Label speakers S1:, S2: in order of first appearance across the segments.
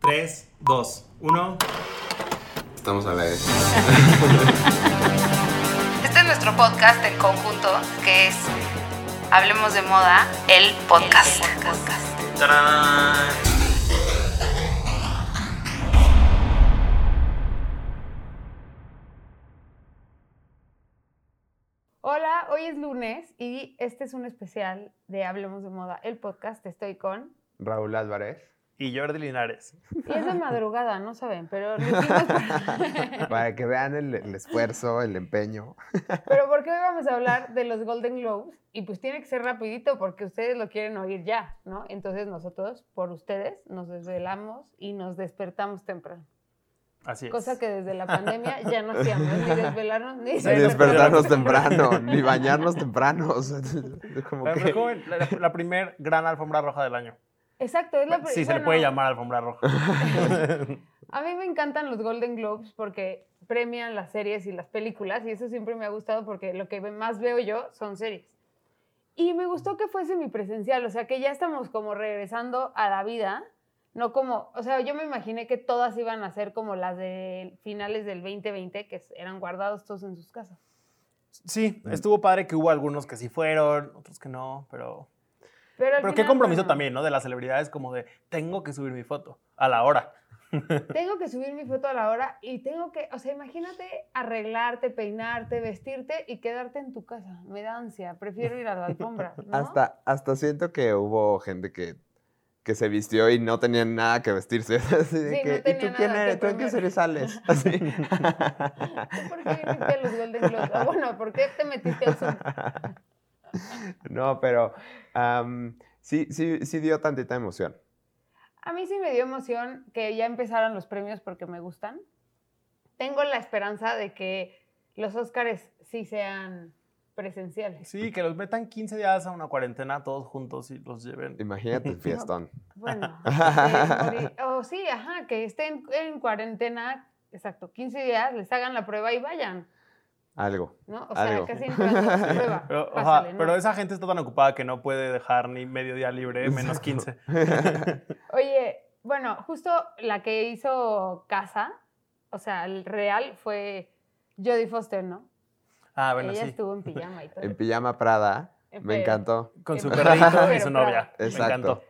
S1: 3, 2, 1.
S2: Estamos a la vez.
S3: Este es nuestro podcast en conjunto, que es Hablemos de Moda, el podcast.
S1: ¡Tarán!
S3: Hola, hoy es lunes y este es un especial de Hablemos de Moda, el podcast. Estoy con.
S2: Raúl Álvarez.
S1: Y Jordi Linares.
S3: Y es de madrugada, no saben, pero lo hicimos por-
S2: Para que vean el, el esfuerzo, el empeño.
S3: Pero porque hoy vamos a hablar de los Golden Globes y pues tiene que ser rapidito porque ustedes lo quieren oír ya, ¿no? Entonces nosotros, por ustedes, nos desvelamos y nos despertamos temprano.
S1: Así es.
S3: Cosa que desde la pandemia ya no hacíamos, ni desvelarnos, ni
S1: Sí,
S2: Ni
S1: despertar.
S3: despertarnos.
S2: despertarnos temprano, ni bañarnos temprano. o sea, es como
S1: La,
S2: que-
S1: primera gran alfombra roja del año.
S3: Exacto, es la
S1: Bueno,
S3: pri-
S1: sí, se le
S3: bueno,
S1: puede llamar alfombra roja.
S3: A mí me encantan los Golden Globes porque premian las series y las películas y eso siempre me ha gustado porque lo que ve- más veo yo son series. Y me gustó que fuese mi presencial, o sea que ya estamos como regresando a la vida, no como, o sea, yo me imaginé que todas iban a ser como las de finales del 2020 que eran guardados todos en sus casas.
S1: Sí, estuvo padre que hubo algunos que sí fueron, otros que no, pero...
S3: Pero, al
S1: Pero qué
S3: final,
S1: compromiso
S3: bueno,
S1: también, ¿no? De las celebridades como de, tengo que subir mi foto a la hora.
S3: Tengo que subir mi foto a la hora y tengo que, o sea, imagínate arreglarte, peinarte, vestirte y quedarte en tu casa. Me da ansia, prefiero ir a la alfombra. ¿no?
S2: hasta, hasta siento que hubo gente que, que se vistió y no tenían nada que vestirse. Así de
S3: Sí, no
S2: que, ¿Y tú
S3: tenía
S2: quién
S3: nada que
S2: eres? ¿Tú en qué
S3: poner".
S2: serie sales? Así.
S3: ¿Tú por qué viniste a los Golden Globes? Ah, bueno, ¿por qué te metiste al Zoom?
S2: no, pero am, sí, sí, sí dio tantita emoción.
S3: A mí sí me dio emoción que ya empezaran los premios porque me gustan. Tengo la esperanza de que los Óscares sí sean presenciales.
S1: Sí, que los metan 15 días a una cuarentena todos juntos y los lleven.
S2: Imagínate el fiestón.
S3: Bueno, o sí, ajá, que estén en cuarentena, exacto, 15 días, les hagan la prueba y vayan,
S2: Algo.
S3: ¿no? O sea,
S2: Algo.
S3: casi no la prueba.
S1: Pero, ajá,
S3: pásale, ¿no?
S1: pero esa gente está tan ocupada que no puede dejar ni medio día libre, menos 15.
S3: Oye, bueno, justo la que hizo casa, o sea, el real fue Jodie Foster, ¿no?
S1: Ah, bueno,
S3: Ella
S1: sí.
S3: estuvo en pijama y todo.
S2: En pijama Prada.
S3: En
S2: Me
S3: pe-
S2: encantó.
S1: Con su
S3: en-
S1: perrito y su
S3: Pero
S1: novia. Me
S2: Exacto.
S1: encantó.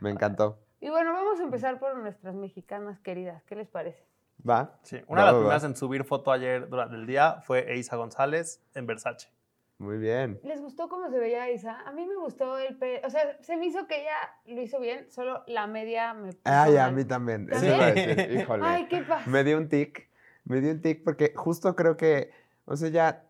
S2: Me encantó.
S3: Y bueno, vamos a empezar por nuestras mexicanas queridas. ¿Qué les parece?
S2: ¿Va?
S1: Sí, una de las
S2: Va, va, va.
S1: primeras en subir foto ayer durante el día fue Eisa González en Versace.
S2: Muy bien.
S3: ¿Les gustó cómo se veía Isa? A mí me gustó el pe... O sea, se me hizo que ella lo hizo bien, solo la media me puso
S2: Ay, a
S3: mal.
S2: mí también. Eso
S3: ¿También?
S2: iba a decir. Híjole.
S3: Ay, qué pasa.
S2: Me dio un tic. Me dio un tic porque justo creo que, o sea, ya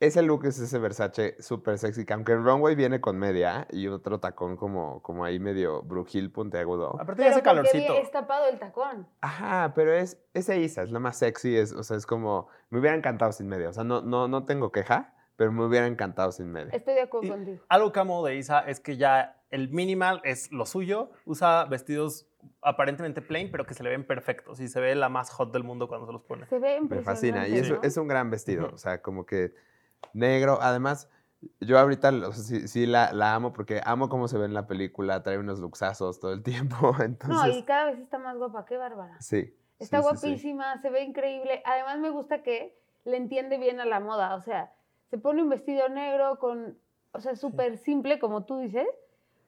S2: ese look es ese Versace súper sexy, que aunque el runway viene con media y otro tacón como, como ahí medio brujil puntiagudo.
S1: Aparte ya
S3: Pero
S1: hace calorcito.
S3: Es tapado el tacón.
S2: Ajá, pero es ese Isa, es la más sexy, es, o sea, es como, me hubiera encantado sin media, o sea, no, no, no tengo queja, pero me hubiera encantado sin media.
S3: Estoy de
S1: Y-
S3: acuerdo contigo.
S1: Algo que amo de Isa es que ya el minimal es lo suyo. Usa vestidos aparentemente plain, pero que se le ven perfectos y se ve la más hot del mundo cuando se los pone.
S3: Se ve
S2: Me
S3: impresionante,
S2: fascina, y es,
S3: ¿no?
S2: es un gran vestido,
S1: Ujú.
S2: o sea, como que negro, además, yo ahorita, o sea, sí, sí la, la amo porque amo cómo se ve en la película, trae unos luxazos todo el tiempo,
S3: No,
S2: entonces...
S3: y cada vez está más guapa. Qué bárbara.
S2: Sí.
S3: Está
S2: sí, sí, sí.
S3: guapísima, se ve increíble. Además me gusta que le entiende bien a la moda. O sea, se pone un vestido negro con, o sea, súper simple, como tú dices,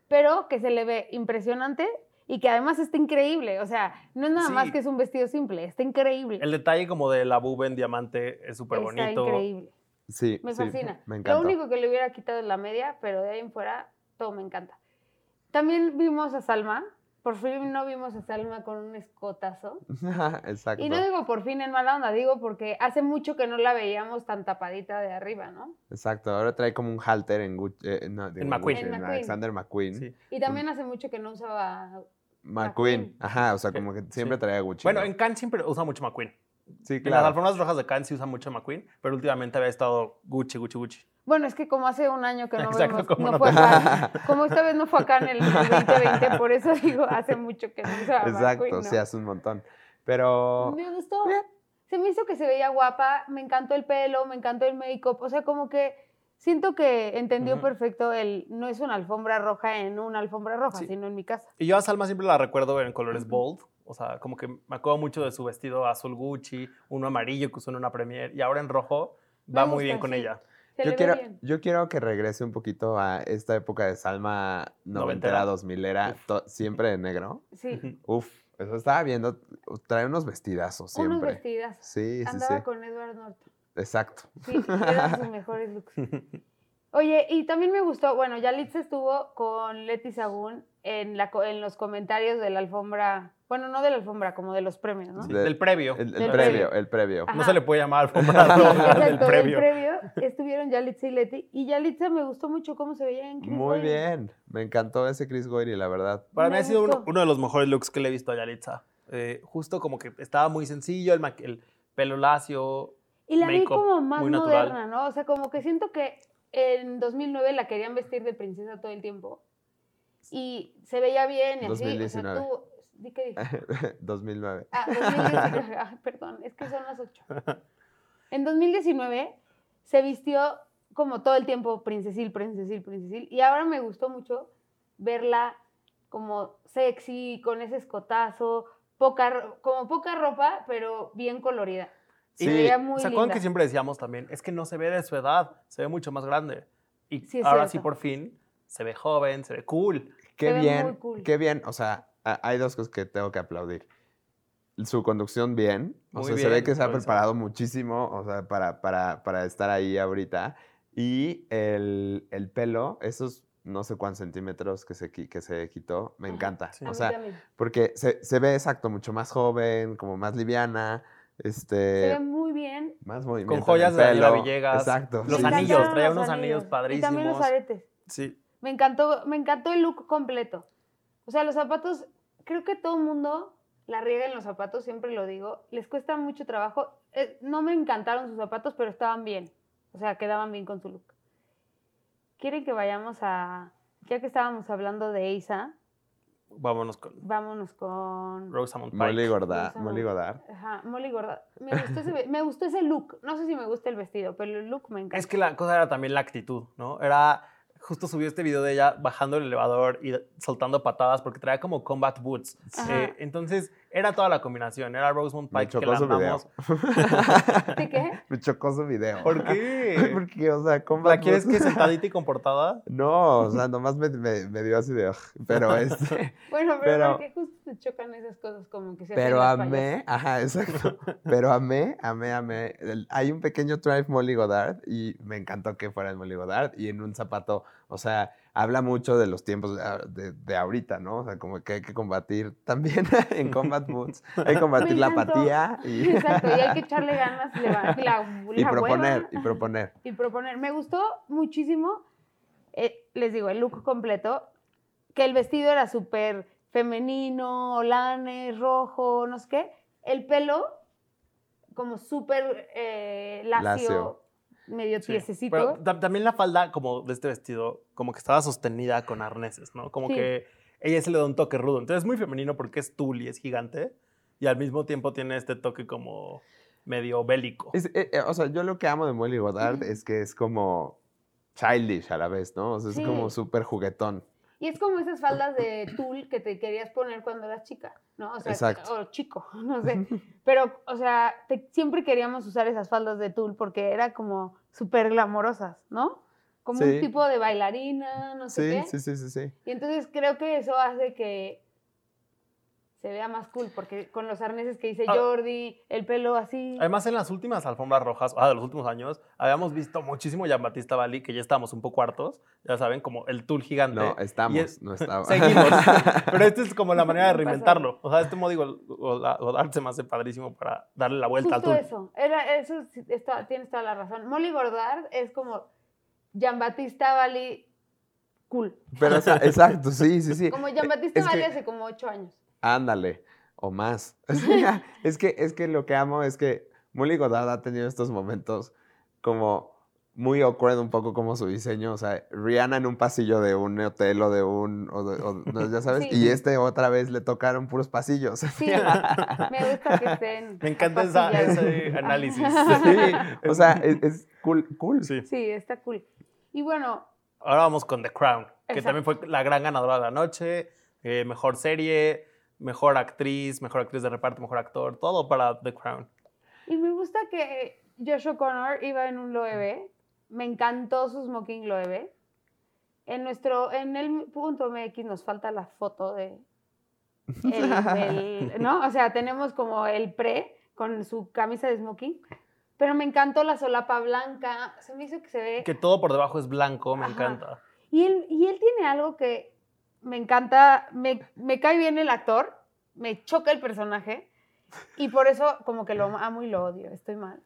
S3: pero que se le ve impresionante y que además está increíble. O sea, no es nada
S1: Sí.
S3: más que es un vestido simple, está increíble.
S1: El detalle como de la bube en diamante es súper
S3: está
S1: bonito.
S3: increíble.
S2: Sí,
S3: Me
S2: sí,
S3: fascina.
S2: Me
S3: Lo
S2: encanta.
S3: único que le hubiera quitado es la media, pero de ahí en fuera todo me encanta. También vimos a Salma. Por fin no vimos a Salma con un escotazo.
S2: Exacto.
S3: Y no digo por fin en mala onda, digo porque hace mucho que no la veíamos tan tapadita de arriba, ¿no?
S2: Exacto. Ahora trae como un halter en Gucci. eh, no, digo,
S1: McQueen.
S2: Gucci,
S3: En McQueen.
S2: Alexander McQueen.
S1: Sí.
S3: Y también hace mucho que no usaba...
S2: McQueen.
S3: McQueen.
S2: Ajá, o sea, como que siempre
S1: Sí.
S2: traía Gucci.
S1: Bueno,
S2: ¿no?
S1: en Cannes siempre usa mucho McQueen. En las
S2: sí, claro.
S1: alfombras rojas de Cannes sí usa mucho McQueen, pero últimamente había estado Gucci, Gucci, Gucci.
S3: Bueno, es que como hace un año que no
S1: Exacto,
S3: vemos,
S1: como
S3: no
S1: no
S3: fue
S2: te-
S3: acá. Como esta vez no fue acá en el 2020, por eso digo, hace mucho que no usaba
S2: Exacto,
S3: McQueen, ¿no?
S2: sí, hace Eh. un montón. Pero.
S3: Me gustó.
S2: Bien.
S3: Se me hizo que se veía guapa, me encantó el pelo, me encantó el make-up, o sea, como que Siento que entendió
S1: Ujú.
S3: perfecto el no es una alfombra roja en una alfombra roja,
S1: Sí.
S3: sino en mi casa.
S1: Y yo a Salma siempre la recuerdo en colores bold. O sea, como que me acuerdo mucho de su vestido azul Gucci, uno amarillo que usó en una premier y ahora en rojo va
S3: Me
S1: muy bien
S3: gusta,
S1: con
S3: sí.
S1: ella.
S3: Se le
S2: Yo
S3: ve
S2: quiero,
S3: bien.
S2: yo quiero que regrese un poquito a esta época de Salma
S1: Noventera.
S2: noventera, dos milera, to- siempre de negro.
S3: Sí,
S2: Uf, eso estaba viendo, trae unos vestidazos
S3: unos
S2: siempre.
S3: vestidas.
S2: Sí, sí,
S3: Andaba
S2: sí.
S3: con Edward Norton.
S2: Exacto.
S3: Sí, eran sus mejores looks. Oye, y también me gustó, bueno, Yalitza estuvo con Leti Sagún en, la, co- en los comentarios de la alfombra, bueno, no de la alfombra, como de los premios, ¿no?
S1: Sí,
S2: De-
S1: del previo.
S2: El, el
S3: Del Ah,
S2: previo,
S3: previo.
S2: el previo.
S3: Ajá.
S1: No se le puede llamar alfombra roja
S3: Exacto,
S1: del previo.
S3: estuvieron Yalitza y Leti, y Yalitza me gustó mucho cómo se veía en Chris
S2: Muy
S3: Boyle.
S2: bien. Me encantó ese Chris Goyri, la verdad.
S1: Para mí
S3: Me
S1: ha sido uno,
S3: gustó.
S1: uno de los mejores looks que le he visto a Yalitza. Eh, justo como que estaba muy sencillo, el, ma- el pelo lacio.
S3: Y la vi
S1: Make-up
S3: como más
S1: muy natural.
S3: moderna, ¿no? O sea, como que siento que en 2009 la querían vestir de princesa todo el tiempo. Y se veía bien y así. O
S2: 2019.
S3: sea, tú... ¿Di qué dije?
S2: 2009.
S3: Ah, 2019. Ah, perdón, es que son las 8. En 2019 se vistió como todo el tiempo princesil, princesil, princesil. Y ahora me gustó mucho verla como sexy, con ese escotazo, poca, ro- como poca ropa, pero bien colorida.
S1: Y
S2: Sí,
S1: se
S3: veía muy
S1: ¿Se acuerdan
S3: linda.
S1: que siempre decíamos también? Es que no se ve de su edad, se ve mucho más grande. Y
S3: Sí, es
S1: ahora sí,
S3: cierto.
S1: por fin, se ve joven, se ve cool.
S3: Se
S2: Qué
S3: ve muy
S2: bien,
S3: cool.
S2: qué bien. O sea, a- hay dos cosas que tengo que aplaudir. Su conducción bien, o
S1: Muy
S2: sea, se ve
S1: bien,
S2: que se ha
S1: Lorenzo.
S2: preparado muchísimo, o sea, para, para, para estar ahí ahorita. Y el, el pelo, esos no sé cuántos centímetros que se, qui- que se quitó, me
S3: Ajá.
S2: encanta.
S1: Sí.
S3: A
S2: O
S3: mí
S2: sea,
S1: eh,
S3: también.
S2: porque se, se ve exacto, mucho más joven, como más liviana,
S3: se
S2: este,
S3: ve muy bien.
S2: más movimiento. en el
S1: joyas de Daniela
S2: pelo.
S1: Villegas,
S2: Exacto.
S1: los
S3: Me
S1: anillos,
S3: encantaron
S1: traía
S3: los
S1: unos anillos
S3: Y también los
S1: padrísimos.
S3: aretes.
S1: Sí,
S3: Me encantó, me encantó el look completo. O sea, los zapatos, creo que todo el mundo la riega en los zapatos, siempre lo digo. Les cuesta mucho trabajo. Eh, no me encantaron sus zapatos, pero estaban bien. O sea, quedaban bien con su look. ¿Quieren que vayamos a... Ya que estábamos hablando de Isa,
S1: vámonos con
S3: vámonos con...
S1: Rosamund Pike.
S2: Molly Gordar,
S3: Rosamund.
S2: Molly Gordar.
S3: Ajá, Molly Gorda. Me gustó, ese, ve- me gustó ese look. No sé si me gusta el vestido, pero el look me encanta.
S1: Es que la cosa era también la actitud, ¿no? Era, justo subió este video de ella bajando el elevador y soltando patadas porque traía como combat boots.
S3: Ajá.
S1: Eh, entonces, era toda la combinación. Era Rosamund
S2: Me
S1: Pike que
S2: chocó
S1: la
S2: su video.
S1: amamos.
S3: ¿De qué?
S2: Me chocó su video.
S1: ¿Por qué?
S2: Porque, o sea, Combat
S1: ¿La quieres
S2: Boots-
S1: que sentadita y comportada?
S2: No, o sea, nomás me, me- me dio así de... "Ugh", Pero este...
S3: Bueno, pero,
S2: Pero-
S3: ¿por qué justo te chocan esas cosas como que se hacen
S2: Pero
S3: las
S2: amé, ajá, exacto. Pero amé, amé, amé. El- hay un pequeño drive Molly Goddard y me encantó que fuera el Molly Goddard y en un zapato, o sea, habla mucho de los tiempos de, a- de- de ahorita, ¿no? O sea, como que hay que combatir también en Combat Boots, hay que combatir la
S3: encantó.
S2: apatía y,
S3: Exacto, y hay que echarle ganas, le va- la,
S2: y
S3: la
S2: proponer, y
S3: hueva.
S2: proponer.
S3: Y proponer. Me gustó muchísimo, eh, les digo, el look completo, que el vestido era súper femenino, lanes, rojo, no sé qué. El pelo, como súper eh, lacio,
S2: Lacio.
S3: medio
S1: Sí.
S3: tiesecito.
S1: Pero ta- también la falda como de este vestido, como que estaba sostenida con arneses, ¿no? Como
S3: Sí.
S1: que ella se le da un toque rudo. Entonces es muy femenino porque es tul y es gigante y al mismo tiempo tiene este toque como medio bélico.
S2: Es- eh, eh, o sea, yo lo que amo de Molly Goddard es que es como childish a la vez, ¿no? O sea, es como
S3: Sí.
S2: súper juguetón.
S3: Y es como esas faldas de tul que te querías poner cuando eras chica, ¿no? O sea,
S2: Exacto.
S3: o chico, no sé. Pero, o sea, te- siempre queríamos usar esas faldas de tul porque era como súper glamorosas, ¿no? Como un
S2: Sí.
S3: tipo de bailarina, no
S2: Sí,
S3: sé qué.
S2: sí, sí, sí, sí.
S1: Eh,
S3: Y entonces creo que eso hace que se vea más cool, porque con los arneses que dice
S1: Ah.
S3: Jordi, el pelo así.
S1: Además, en las últimas alfombras rojas, ah, de los últimos años, habíamos visto muchísimo a Batista Bali, que ya estábamos un poco hartos, ya saben, como el tool gigante.
S2: No, estamos,
S1: Y es-
S2: no estamos.
S1: Seguimos. Pero esta es como la manera de
S3: Pasado.
S1: reinventarlo. O sea, este modo Godard se me hace padrísimo para darle la vuelta
S3: Justo
S1: al tool.
S3: eso, era, eso sí, está- tienes toda la razón. Molly Gordard es como Jean-Baptiste Bali cool.
S2: Pero, o sea, exacto, sí, sí, sí.
S3: Como Jean-Baptiste
S2: Es que-
S3: Valle hace como ocho años.
S2: Ándale, o más. O sea, es que, es que lo que amo es que Molly Goddard ha tenido estos momentos como muy awkward un poco como su diseño, o sea, Rihanna en un pasillo de un hotel o de un, o de- o- no, ya sabes,
S3: Sí.
S2: y este otra vez le tocaron puros pasillos.
S3: Sí,
S2: Ah.
S3: me gusta que estén.
S1: Me encanta esa-
S3: apastillados.
S1: ese análisis.
S2: Sí, o sea, e-, es, es cool, cool.
S1: Sí.
S3: Sí, está cool. Y bueno,
S1: Ahora vamos con The Crown, que
S3: Exacto.
S1: también fue la gran ganadora de la noche. eh, mejor serie, mejor actriz, mejor actriz de reparto, mejor actor, todo para The Crown.
S3: y me gusta que Joshua Connor iba en un loewe. Me encantó su smoking loewe. En nuestro, en el punto MX nos falta la foto de, el- del- ¿no? O sea, tenemos como el pre con su camisa de smoking, pero me encantó la solapa blanca, se me hizo que se ve...
S1: Que todo por debajo es blanco, me
S3: Ajá.
S1: encanta.
S3: Y él, y él tiene algo que me encanta, me, me cae bien el actor, me choca el personaje, y por eso como que lo amo y lo odio, estoy mal.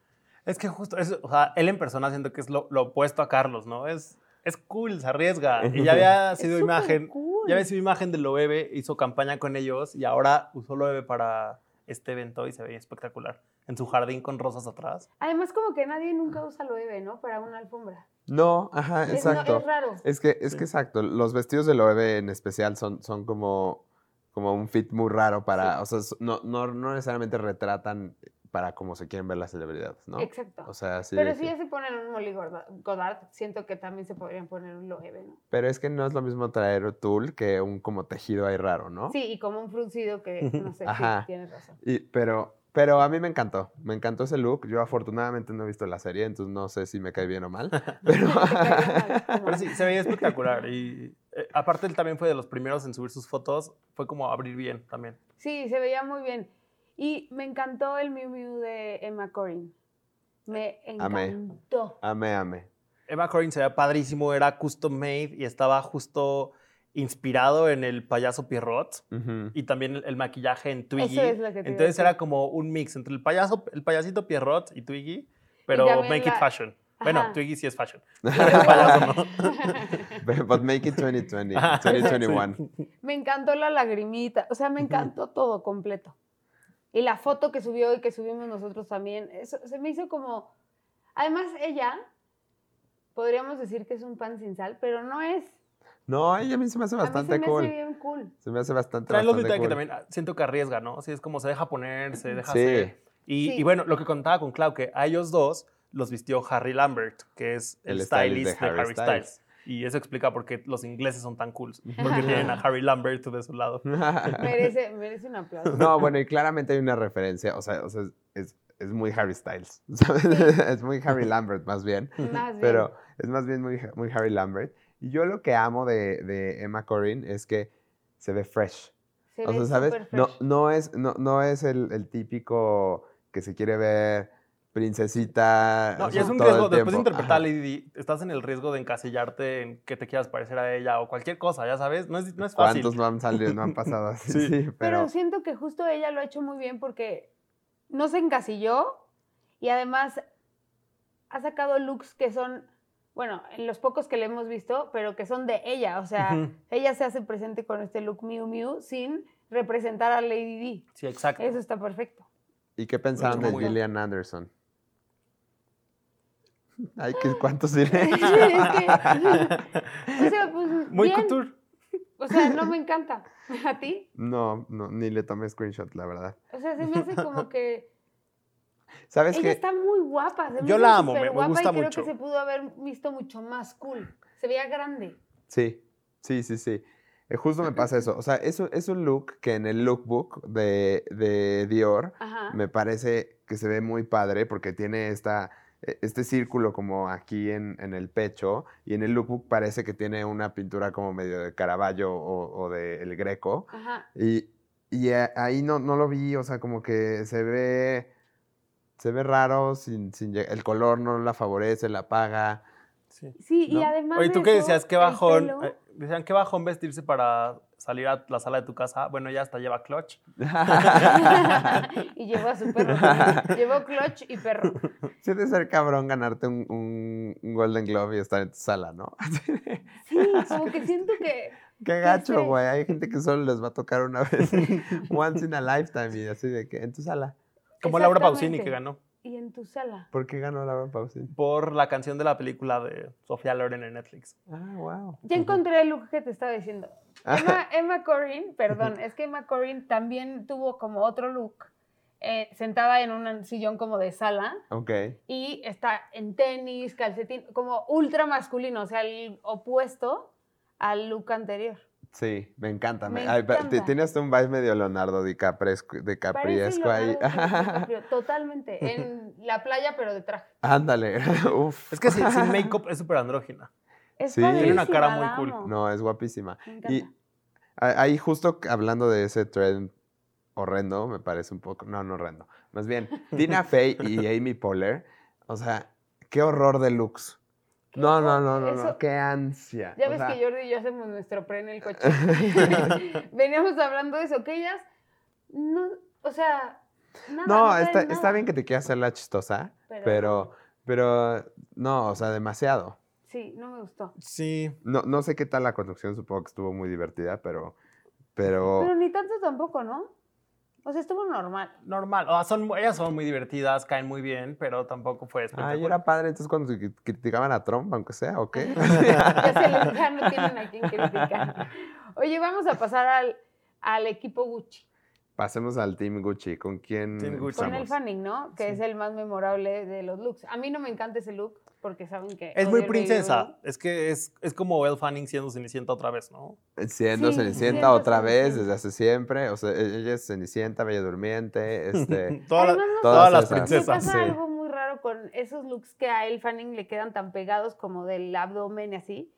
S1: Es que justo, es, o sea, él en persona siento que es lo, lo opuesto a Carlos, ¿no? Es, es cool, se arriesga. Y ya había
S3: Es
S1: sido
S3: súper
S1: imagen,
S3: cool.
S1: ya había sido imagen de Loewe, hizo campaña con ellos y ahora usó Loewe para este evento y se veía espectacular. En su jardín con rosas atrás.
S3: Además como que nadie nunca usa lo Eve, ¿no? Para una alfombra.
S2: No, ajá,
S3: Es, no-
S2: exacto.
S3: es raro.
S2: Es que, es
S1: Sí.
S2: que exacto, los vestidos de Loewe en especial son, son como, como un fit muy raro para, o sea, s- no, no, no necesariamente retratan para cómo se quieren ver las celebridades, ¿no?
S3: Exacto.
S2: O sea, sí.
S3: Pero
S2: de
S3: si
S2: que-
S3: ya se ponen un Molly Gorda- Goddard, siento que también se podrían poner un Loewe, ¿no?
S2: pero es que no es lo mismo traer tul que un como tejido ahí raro, ¿no?
S3: Sí, y como un fruncido que, no sé, sí,
S2: Ajá.
S3: tienes razón.
S2: Y, pero, pero a mí me encantó, me encantó ese look. Yo afortunadamente no he visto la serie, entonces no sé si me cae bien o mal. Pero,
S1: Pero sí, se veía espectacular. Y eh, aparte, él también fue de los primeros en subir sus fotos. Fue como abrir bien también.
S3: Sí, se veía muy bien. Y me encantó el Miu Miu de Emma Corrin. Me
S2: Amé.
S3: encantó.
S2: amé, amé.
S1: Emma Corrin se veía padrísimo, era custom made y estaba justo inspirado en el payaso Pierrot
S2: Ujú.
S1: y también el, el maquillaje en Twiggy.
S3: Eso es lo que te iba a
S1: Entonces
S3: decir.
S1: era como un mix entre el payaso, el payasito Pierrot y Twiggy, pero
S3: también
S1: make it
S3: la-
S1: fashion. Bueno,
S3: Ajá.
S1: Twiggy sí es fashion. pero el payaso no.
S2: But make it 2020,
S1: Ajá,
S2: 2021.
S1: sí.
S3: Me encantó la lagrimita. O sea, me encantó todo completo. Y la foto que subió y que subimos nosotros también. Eso se me hizo como. Además, ella, podríamos decir que es un pan sin sal, pero no es.
S2: No, ella a mí se me hace bastante
S3: A mí se me
S2: cool.
S3: hace bien cool.
S2: Se me hace bastante,
S1: Trae los
S2: bastante
S1: detalles que
S2: cool.
S1: también ah, siento que arriesga, ¿no? Sí, es como se deja poner, se deja hacer.
S2: Sí,
S1: Y,
S3: Sí.
S1: y bueno, lo que contaba con Clau, que a ellos dos los vistió Harry Lambert, que es el,
S2: El
S1: stylist, de Harry, Styles.
S2: Styles.
S1: Y eso explica por qué los ingleses son tan cool, porque
S3: Ajá.
S1: tienen a Harry Lambert de su lado.
S3: Merece, merece un aplauso.
S2: no, bueno, y claramente hay una referencia, o sea, o sea es, es muy Harry Styles, ¿sabes? es muy Harry Lambert más bien,
S3: Más bien.
S2: pero es más bien muy, muy Harry Lambert. Y yo lo que amo de, de Emma Corrin es que se ve fresh,
S3: Se
S2: o sea,
S3: ve
S2: ¿sabes?
S3: súper
S2: No,
S3: fresh.
S2: no es, no, no es el, el típico que se quiere ver princesita.
S1: No,
S2: o
S1: y
S2: sea,
S1: es un
S2: todo el
S1: riesgo, después de
S2: tiempo.
S1: interpretar
S2: Ajá.
S1: a Lady Di, estás en el riesgo de encasillarte en que te quieras parecer a ella o cualquier cosa, ya sabes, no es, no es fácil.
S2: ¿Cuántos no han salido, no han pasado así?
S1: Sí.
S2: sí.
S3: Pero,
S2: pero,
S3: siento que justo ella lo ha hecho muy bien porque no se encasilló y además ha sacado looks que son, bueno, en los pocos que le hemos visto, pero que son de ella. O sea,
S1: Ujú.
S3: ella se hace presente con este look Miu Miu sin representar a Lady
S1: Sí, exacto.
S3: D. Eso está perfecto.
S2: ¿Y qué pensaron
S1: Muy
S2: de
S1: bien.
S2: Gillian Anderson? Ay, ¿qué- ¿cuántos diré?
S3: Es que- o sea, pues,
S1: Muy
S3: bien.
S1: couture.
S3: O sea, no me encanta. ¿A ti?
S2: No, no, ni le tomé screenshot, la verdad.
S3: O sea, se me hace como que...
S2: ¿Sabes
S3: ella
S2: qué?
S3: está muy guapa. se me
S1: Yo
S3: hace
S1: la amo, me- me
S3: superguapa
S1: gusta
S3: y creo
S1: mucho.
S3: que se pudo haber visto mucho más cool. Se veía grande.
S2: Sí, sí, sí, sí. Eh, Justo me pasa eso. O sea, es un, es un look que en el lookbook de, de Dior
S3: Ajá.
S2: me parece que se ve muy padre porque tiene esta, e- este círculo como aquí en, en el pecho y en el lookbook parece que tiene una pintura como medio de Caravaggio o, o de El Greco.
S3: Ajá.
S2: Y, y a- ahí no, no lo vi, o sea, como que se ve, se ve raro, sin, sin, lle- el color no la favorece, la apaga.
S1: Sí.
S3: Sí, y
S2: ¿No?
S3: además.
S1: Oye,
S3: de
S1: tú que
S3: eso,
S1: decías que
S3: el
S1: bajón,
S3: pelo-
S1: eh, decían que bajón vestirse para salir a la sala de tu casa. Bueno, ya hasta lleva clutch.
S3: y llevó a su perro. llevó clutch y perro.
S2: Sí, ha de ser cabrón ganarte un, un- un Golden Globe y estar en tu sala, ¿no?
S3: Sí, como que siento que.
S2: Qué gacho,
S3: estrés.
S2: güey. Hay gente que solo les va a tocar una vez, once in a lifetime, y así de que en tu sala.
S1: Como Laura Pausini
S3: Exactamente.
S1: que ganó.
S3: Y en tu sala.
S2: ¿Por qué ganó Laura Pausini?
S1: por la canción de la película de Sofía Loren en Netflix.
S2: Ah, wow.
S3: Ya encontré el look que te estaba diciendo. Emma, Emma Corrin, perdón, es que Emma Corrin también tuvo como otro look eh, sentada en un sillón como de sala
S2: Ok.
S3: y está en tenis, calcetín, como ultra masculino, o sea, el opuesto al look anterior.
S2: Sí, me encanta.
S3: Me
S2: me- ay, pa- te-
S3: encanta.
S2: Tiene hasta un vibe medio Leonardo DiCapresco-
S3: Parece
S2: DiCapriesco ahí.
S3: Leonardo DiCaprio, totalmente, en la playa pero de traje.
S2: Ándale. Uf.
S1: Es que sin, sin make-up es súper andrógina.
S3: Es
S2: Sí. Tiene
S1: una cara
S3: padrísima,
S1: muy cool.
S3: la amo.
S2: No, es guapísima.
S3: Me
S2: Y
S3: encanta.
S2: a- ahí justo c- hablando de ese trend horrendo, me parece un poco, no, no horrendo, más bien, Tina Fey y Amy Poehler, o sea, qué horror de looks. No, no, no, no, no,
S3: eso-
S2: qué ansia.
S3: Ya
S2: o
S3: ves
S2: sea,
S3: que Jordi y yo hacemos nuestro pre en el coche. Veníamos hablando de eso, que ellas no, o sea, nada,
S2: No,
S3: traen
S2: está,
S3: nada.
S2: está bien que te quieras hacer la chistosa,
S3: Pero-
S2: pero, pero, no, o sea, demasiado.
S3: Sí, no me gustó.
S1: Sí.
S2: No, no sé qué tal la conducción, supongo que estuvo muy divertida, pero, pero,
S3: Pero ni tanto tampoco, ¿no? O sea, estuvo normal.
S1: Normal. O sea, son, mu- ellas son muy divertidas, caen muy bien, pero tampoco fue espectacular.
S2: ay, era padre, entonces cuando cri- criticaban a Trump, aunque sea, ¿o qué?
S3: ya se les ya no tienen a quien criticar. Oye, vamos a pasar al, al equipo Gucci.
S2: Pasemos al Team Gucci, ¿con quién
S1: Team Gucci.
S3: Con el
S2: empezamos?
S3: Fanning, ¿no? Que
S1: Sí.
S3: es el más memorable de los looks. A mí no me encanta ese look porque saben que...
S1: Es
S3: odio
S1: muy
S3: el baby blue.
S1: princesa. Es que es, es como Elle Fanning siendo Cenicienta otra vez, ¿no?
S2: Siendo
S3: Sí,
S2: Cenicienta
S3: siendo
S2: otra vez,
S3: Cenicienta.
S2: desde hace siempre. O sea, e- ella es Cenicienta, Bella Durmiente, este.
S1: Toda la-
S3: Además, no
S1: todas
S2: todas
S1: las
S2: esas.
S3: Me
S2: Esa,
S1: princesas.
S3: pasa
S2: sí.
S3: algo muy raro con esos looks que a El Fanning le quedan tan pegados como del abdomen y así.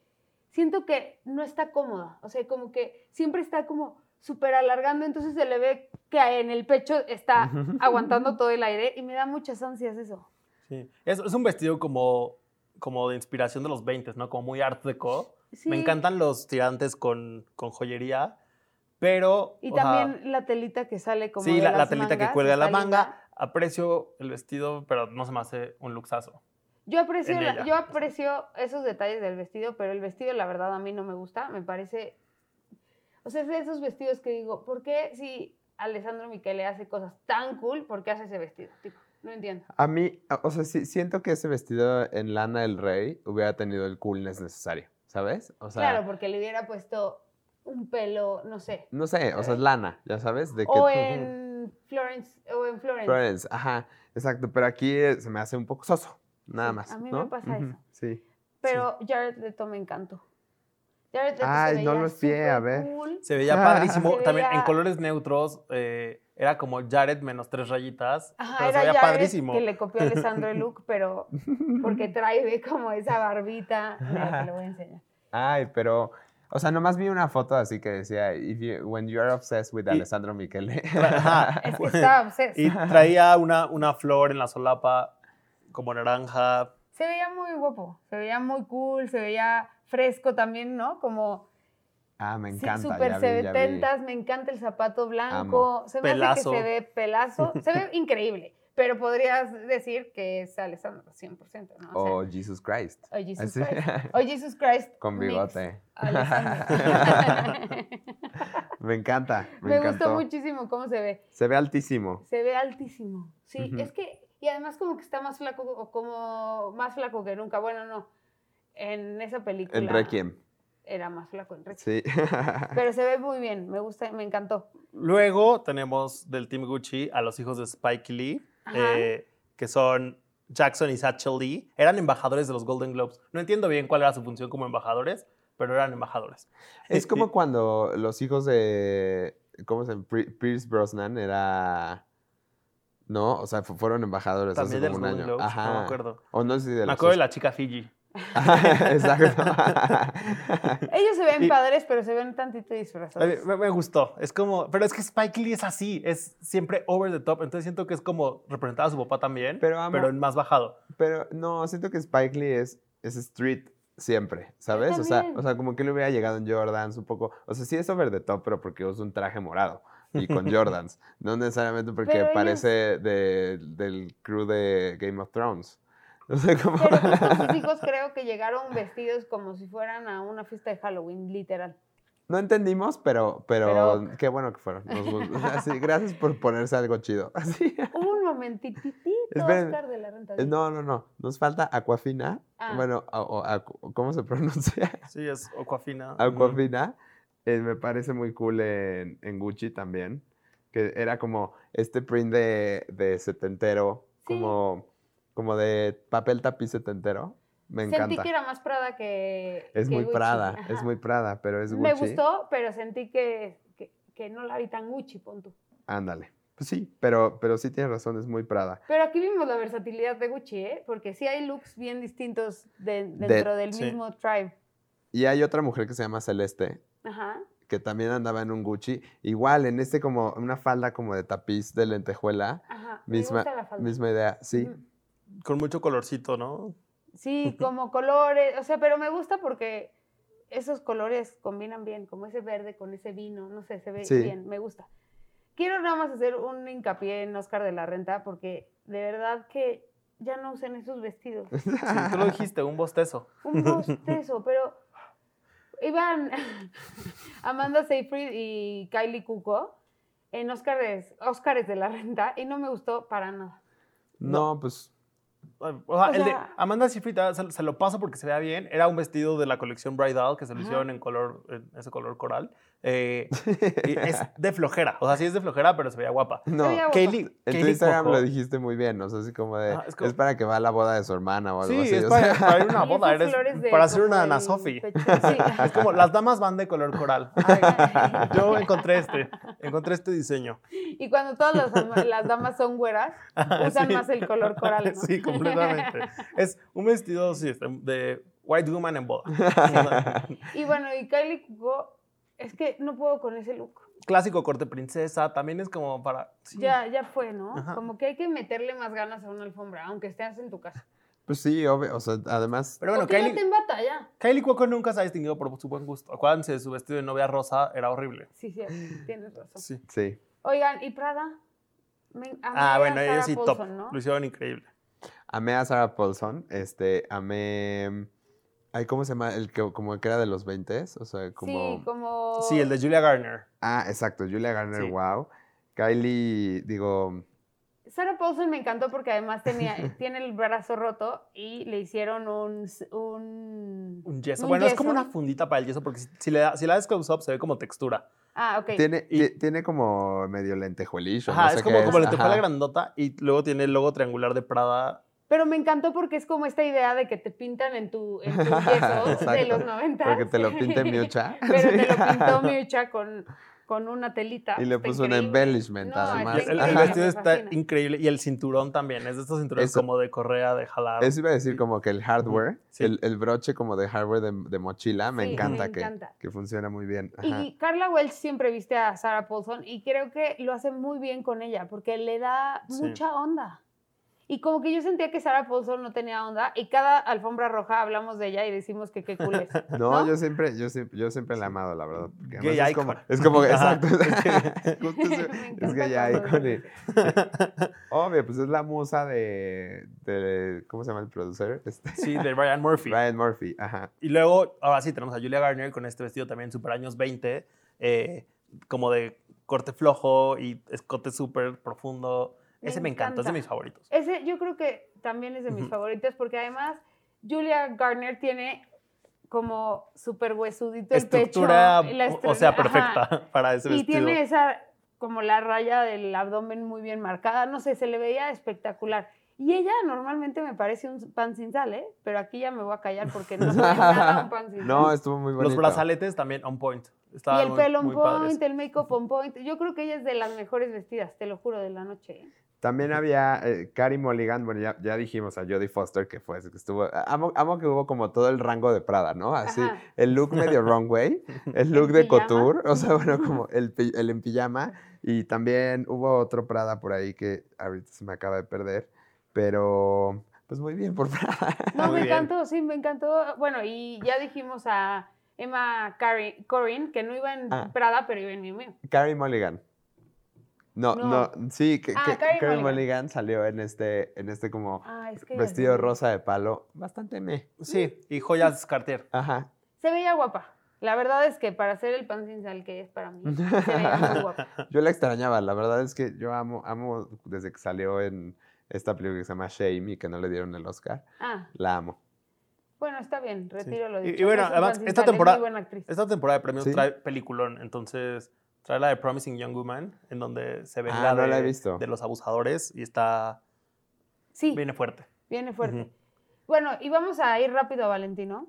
S3: Siento que no está cómoda, o sea, como que siempre está como súper alargando, entonces se le ve que en el pecho está
S2: Ujú.
S3: aguantando todo el aire y me da muchas ansias eso.
S1: Sí. Es, es un vestido como, como de inspiración de los 20, ¿no? Como muy art deco.
S3: Sí,
S1: Me encantan los tirantes con, con joyería, pero...
S3: Y
S1: o sea,
S3: también la telita que sale como
S1: sí,
S3: de
S1: la, la
S3: las
S1: telita
S3: mangas,
S1: que cuelga la
S3: está
S1: manga.
S3: linda.
S1: Aprecio el vestido, pero no se me hace un luxazo.
S3: Yo aprecio,
S1: en
S3: la-
S1: ella.
S3: yo aprecio esos detalles del vestido, pero el vestido, la verdad, a mí no me gusta. Me parece. O sea, es de esos vestidos que digo, ¿por qué si Alessandro Michele hace cosas tan cool, por qué hace ese vestido? Tipo, no entiendo.
S2: A mí, a- o sea, sí, siento que ese vestido en lana del rey hubiera tenido el coolness necesario, ¿sabes? O sea,
S3: claro, porque le hubiera puesto un pelo, no sé.
S2: no sé, o sea, es lana, ya sabes, de que.
S3: O en Florence. O en Florence.
S2: Florence, ajá, exacto, pero aquí eh, se me hace un poco soso, nada
S3: Sí,
S2: más.
S3: a mí me
S2: ¿no?
S3: pasa
S2: Ujú,
S3: eso.
S2: Sí.
S3: Pero Jared Leto me encantó. Jared Leto se
S2: Ay, no
S3: veía
S2: los vi, a
S3: súper
S2: ver.
S3: cool.
S1: Se veía
S2: Ah.
S1: padrísimo.
S3: Se
S1: También
S3: veía-
S1: en colores neutros eh, era como Jared menos tres rayitas,
S3: Ajá,
S1: pero se
S3: era
S1: veía
S3: Jared
S1: padrísimo.
S3: que le copió a Alessandro el look, pero porque trae ve, como esa barbita. Mira, te lo voy a enseñar.
S2: Ay, pero. O sea, nomás vi una foto así que decía, If you- when you are obsessed with
S1: Y-
S2: Alessandro Michele.
S1: Ajá.
S3: Es que estaba obsesa.
S1: Y traía una, una flor en la solapa, como naranja.
S3: Se veía muy guapo, se veía muy cool, se veía fresco también, ¿no? Como
S2: ah, me
S3: sí,
S2: encanta.
S3: súper
S2: ya vi, ya vi.
S3: setentas, me encanta el zapato blanco, se me
S1: Pelazo.
S3: hace que se ve pelazo, se ve increíble, pero podrías decir que es Alessandro 100%, ¿no?
S2: O
S3: O
S2: Jesus Christ.
S3: sea, oh, Jesus
S2: Así.
S3: Christ. Oh, Jesus Christ.
S2: Con
S3: mix,
S2: bigote.
S3: Alessandro.
S2: Me encanta. Me,
S3: Me
S2: encantó.
S3: gustó muchísimo cómo se ve.
S2: Se ve altísimo.
S3: Se ve altísimo. Sí,
S2: Ujú.
S3: es que, y además como que está más flaco, o como más flaco que nunca. Bueno, no. En esa película.
S2: El Requiem.
S3: Era más flaco en Requiem.
S2: Sí.
S3: Pero se ve muy bien, me gusta, me encantó.
S1: Luego tenemos del Team Gucci a los hijos de Spike Lee,
S3: Ajá.
S1: eh, que son Jackson y Satchel Lee. Eran embajadores de los Golden Globes. No entiendo bien cuál era su función como embajadores, pero eran embajadores.
S2: es como cuando los hijos de. ¿Cómo se llama? Pri- Pierce Brosnan era. No, o sea, fu- fueron embajadores
S1: También de los
S2: Pues hace como un
S1: Golden
S2: año.
S1: Globes,
S2: Ajá.
S1: no me acuerdo.
S2: O no sé si de los
S1: Me acuerdo de
S2: dos.
S1: la chica Fiji.
S2: Ajá, Exacto.
S3: Ellos se ven
S1: Y-
S3: padres, pero se ven tantito
S1: A mí
S3: disfrazados.
S1: Me, me gustó. Es como, pero es que Spike Lee es así, es siempre over the top. Entonces siento que es como representaba a su papá también, pero,
S2: Pero amo-
S1: en más bajado.
S2: Pero no, siento que Spike Lee es, es street siempre, ¿sabes? O sea,
S3: también.
S2: o sea, como que le hubiera llegado en Jordans un poco. O sea, sí es over the top, pero porque usa un traje morado y con Jordans. No necesariamente porque
S3: Pero ellos-
S2: parece de- del crew de Game of Thrones. No sé cómo.
S3: Pero justo sus hijos creo que llegaron vestidos como si fueran a una fiesta de Halloween, literal.
S2: No entendimos, pero, pero,
S3: Pero-
S2: qué bueno que fueron. Nos gustó. Así, gracias por ponerse algo chido. Así.
S3: Hubo un momentitito,
S2: Esperen.
S3: Oscar de la Renta.
S2: Eh, No, no, no. Nos falta Aquafina.
S3: Ah.
S2: Bueno, o- o Aqu- ¿cómo se pronuncia?
S1: Sí, es Aquafina.
S2: Aquafina. eh, me parece muy cool en, en Gucci también. que era como este print de, de setentero,
S3: Sí.
S2: como, como de papel tapiz setentero. Me encanta.
S3: Sentí que era más Prada que.
S2: Es
S3: que
S2: muy
S3: Gucci.
S2: Prada,
S3: Ajá.
S2: es muy Prada, pero es Gucci.
S3: Me gustó, pero sentí que, que, que no la vi tan Gucci, pon tú.
S2: Ándale. Pues sí, pero, pero sí tienes razón, es muy Prada.
S3: Pero aquí vimos la versatilidad de Gucci, ¿eh? Porque sí hay looks bien distintos de- dentro del
S1: sí.
S3: mismo tribe.
S2: Y hay otra mujer que se llama Celeste,
S3: Ajá.
S2: que también andaba en un Gucci, igual en este como una falda como de tapiz de lentejuela,
S3: Ajá.
S2: Misma-
S3: me gusta la falda.
S2: misma idea, sí.
S3: Ujú.
S1: Con mucho colorcito, ¿no?
S3: Mm, Sí, como colores. O sea, pero me gusta porque esos colores combinan bien, como ese verde con ese vino. No sé, se ve
S2: Sí.
S3: bien, me gusta. Quiero nada más hacer un hincapié en Oscar de la Renta porque de verdad que ya no usan esos vestidos.
S1: Sí, tú lo dijiste, un bostezo.
S3: un bostezo, pero iban Amanda Seyfried y Kylie Cuoco en Óscares, Óscares de la Renta y no me gustó para nada.
S2: No, pues
S1: O sea,
S3: O
S1: el de
S3: sea-
S1: Amanda Seyfried, ah, se, se lo paso porque se vea bien. Era un vestido de la colección Bridal que se lo
S3: Ajá.
S1: hicieron en color, en ese color coral. Eh, y es de flojera. O sea, sí es de flojera, pero se veía guapa.
S2: no.
S3: veía-
S1: Kaylee,
S2: En tu
S1: Kaylee
S2: Instagram
S1: Cuoco.
S2: lo dijiste muy bien, o sea, así como de,
S1: Ah, es
S2: es,
S1: como-
S2: para que va a la boda de su hermana o algo
S1: Sí,
S2: así.
S1: es
S2: o
S1: para,
S2: sea,
S1: para ir a una
S3: Y esas
S1: boda. eres-
S3: flores de
S1: para hacer
S3: como
S1: una Ana
S3: el
S1: Sofi.
S3: pecho- sí.
S1: Es como, las damas van de color coral.
S3: Ay,
S1: Yo encontré este, encontré este diseño.
S3: Y cuando todas las, ama- las damas son güeras,
S1: Ah,
S3: usan
S1: Sí.
S3: más el color coral. ¿no?
S1: Sí, completamente. Es un vestido sí, este, de white woman en boda.
S3: Y bueno, y Kylie Cuoco, es que no puedo con ese look.
S1: Clásico corte princesa, también es como para... sí.
S3: Ya, ya fue, ¿no?
S1: Ajá.
S3: Como que hay que meterle más ganas a una alfombra, aunque estés en tu casa.
S2: Pues sí, obvio, o sea, además,
S1: Pero bueno,
S3: ¿Por qué
S1: Kylie,
S3: no te en batalla?
S1: Kylie Cuoco nunca se ha distinguido por su buen gusto. Acuérdense, de su vestido de novia rosa era horrible.
S3: Sí, sí, tienes razón.
S1: Sí.
S2: sí.
S3: Oigan, ¿y Prada? Me- amé
S1: Ah,
S3: a
S1: bueno, ellos
S3: Sarah
S1: sí top.
S3: Paulson, ¿no?
S1: Lo hicieron increíble.
S2: Amé a Sarah Paulson, este, amé, ay, ¿cómo se llama? El que, como que era de los 20, o sea, como...
S3: Sí, como...
S1: Sí, el de Julia Garner.
S2: Ah, exacto, Julia Garner,
S1: Sí.
S2: wow. Kylie, digo,
S3: Sarah Paulson me encantó porque además tenía, tiene el brazo roto y le hicieron un... un...
S1: Un yeso.
S3: Un
S1: bueno, es como
S3: yeso.
S1: una fundita para el yeso porque si, si le da- si la das close up se ve como textura.
S3: Ah, ok.
S2: tiene,
S1: y-
S2: ti- tiene como medio lentejuelillo.
S1: Ajá,
S2: no sé
S1: es como,
S2: qué
S1: como
S2: es,
S1: la tejuela
S2: ajá.
S1: grandota y luego tiene el logo triangular de Prada.
S3: Pero me encantó porque es como esta idea de que te pintan en tu, en tu yeso de
S2: Exacto,
S3: los 90.
S2: Porque te lo pinte miucha.
S3: Pero te lo
S2: Sí.
S3: pintó Miucha con, con una telita.
S2: Y le
S3: Está
S2: puso un
S3: increíble.
S2: embellishment,
S3: No, está
S2: además.
S1: Y el, el
S3: increíble,
S2: Ajá.
S1: vestido
S3: me
S1: está
S3: fascina.
S1: increíble y el cinturón también. Es de estos cinturones
S2: Eso.
S1: como de correa, de jalar.
S2: Eso iba a decir como que el hardware,
S1: Sí.
S2: el, el broche como de hardware de, de mochila, me
S3: Sí,
S2: encanta,
S3: me
S2: que,
S3: encanta.
S2: que funciona muy bien. Ajá.
S3: Y Carla Welch siempre viste a Sarah Paulson y creo que lo hace muy bien con ella porque le da
S1: Sí.
S3: mucha onda. Y como que yo sentía que Sarah Paulson no tenía onda y cada alfombra roja hablamos de ella y decimos que qué cool es.
S2: No,
S3: ¿no?
S2: yo siempre, yo siempre, yo siempre la he amado, la verdad. porque
S1: Gay
S2: además
S1: icon.
S2: Es como, es
S1: Ajá.
S2: como exacto. Justo
S3: Me
S2: eso, es
S3: encanta
S2: que ya
S3: cuando
S2: icon.
S3: lo
S2: y- Obvio, pues es la musa de, de- ¿cómo se llama el producer? Este,
S1: Sí, de Ryan Murphy.
S2: Ryan Murphy, ajá.
S1: Y luego, ahora sí, tenemos a Julia Garner con este vestido también super años 20, eh, como de corte flojo y escote súper profundo.
S3: Me
S1: Ese me encanta, es de
S3: encanta.
S1: mis favoritos.
S3: Ese yo creo que también es de mis
S1: Ujú.
S3: favoritos porque además Julia Garner tiene como súper huesudito el
S1: Estructura,
S3: pecho. la
S1: o- o
S3: estru-
S1: sea,
S3: ajá.
S1: perfecta para ese
S2: este
S3: Y
S1: vestido.
S3: tiene esa, como la raya del abdomen muy bien marcada, no sé, se le veía espectacular. Y ella normalmente me parece un pan sin sal, ¿eh? Pero aquí ya me voy a callar porque no es nada un pan sin sal.
S2: No, estuvo muy bonito.
S1: Los brazaletes también on point.
S3: y
S1: Estaban
S3: el
S1: muy-
S3: pelo on
S1: muy padres.
S3: point, el make-up on point. Yo creo que ella es de las mejores vestidas, te lo juro, de la noche. ¿eh?
S2: También había eh, Carey Mulligan, bueno, ya, ya dijimos a Jodie Foster que fue, que estuvo, amo, amo que hubo como todo el rango de Prada, ¿no? Así,
S3: Ajá.
S2: el look medio wrong way, el look de
S3: pijama.
S2: couture, o sea, bueno, como el, pi- el en pijama, y también hubo otro Prada por ahí que ahorita se me acaba de perder, pero pues muy bien por Prada.
S3: No,
S1: Muy
S3: me
S1: bien.
S3: encantó, sí, me encantó. Bueno, y ya dijimos a Emma Cari- Corrin que no iba en
S2: Ah.
S3: Prada, pero iba en Miu Miu.
S2: Carey Mulligan. No, no,
S3: No.
S2: sí, que,
S3: Ah,
S2: que-
S3: Carey
S2: Carey
S3: Mulligan.
S2: Mulligan salió en este, en este como
S3: Ah, es que ella es
S2: vestido
S3: muy-
S2: rosa de palo, bastante meh.
S1: Sí, y joyas Cartier.
S2: Ajá.
S3: Se veía guapa. La verdad es que para hacer el pan sin sal que es para mí, se veía muy guapa.
S2: Yo la extrañaba, la verdad es que yo amo, amo desde que salió en esta película que se llama Shame y que no le dieron el Oscar,
S3: Ah,
S2: la amo.
S3: bueno, está bien, retiro lo
S1: Y- y
S3: dicho.
S1: bueno,
S3: Es un
S1: además,
S3: pan sin
S1: esta
S3: sal, es muy
S1: temporada-
S3: buena actriz.
S1: Esta temporada de premios
S2: Sí.
S1: trae peliculón, entonces Trae la de Promising Young Woman, en donde se ve
S2: Ah,
S1: la,
S2: no
S1: de,
S2: la he visto.
S1: de los abusadores y está.
S3: Sí, viene,
S1: Viene fuerte.
S3: fuerte.
S1: Ujú.
S3: Bueno, y vamos a ir rápido a Valentino.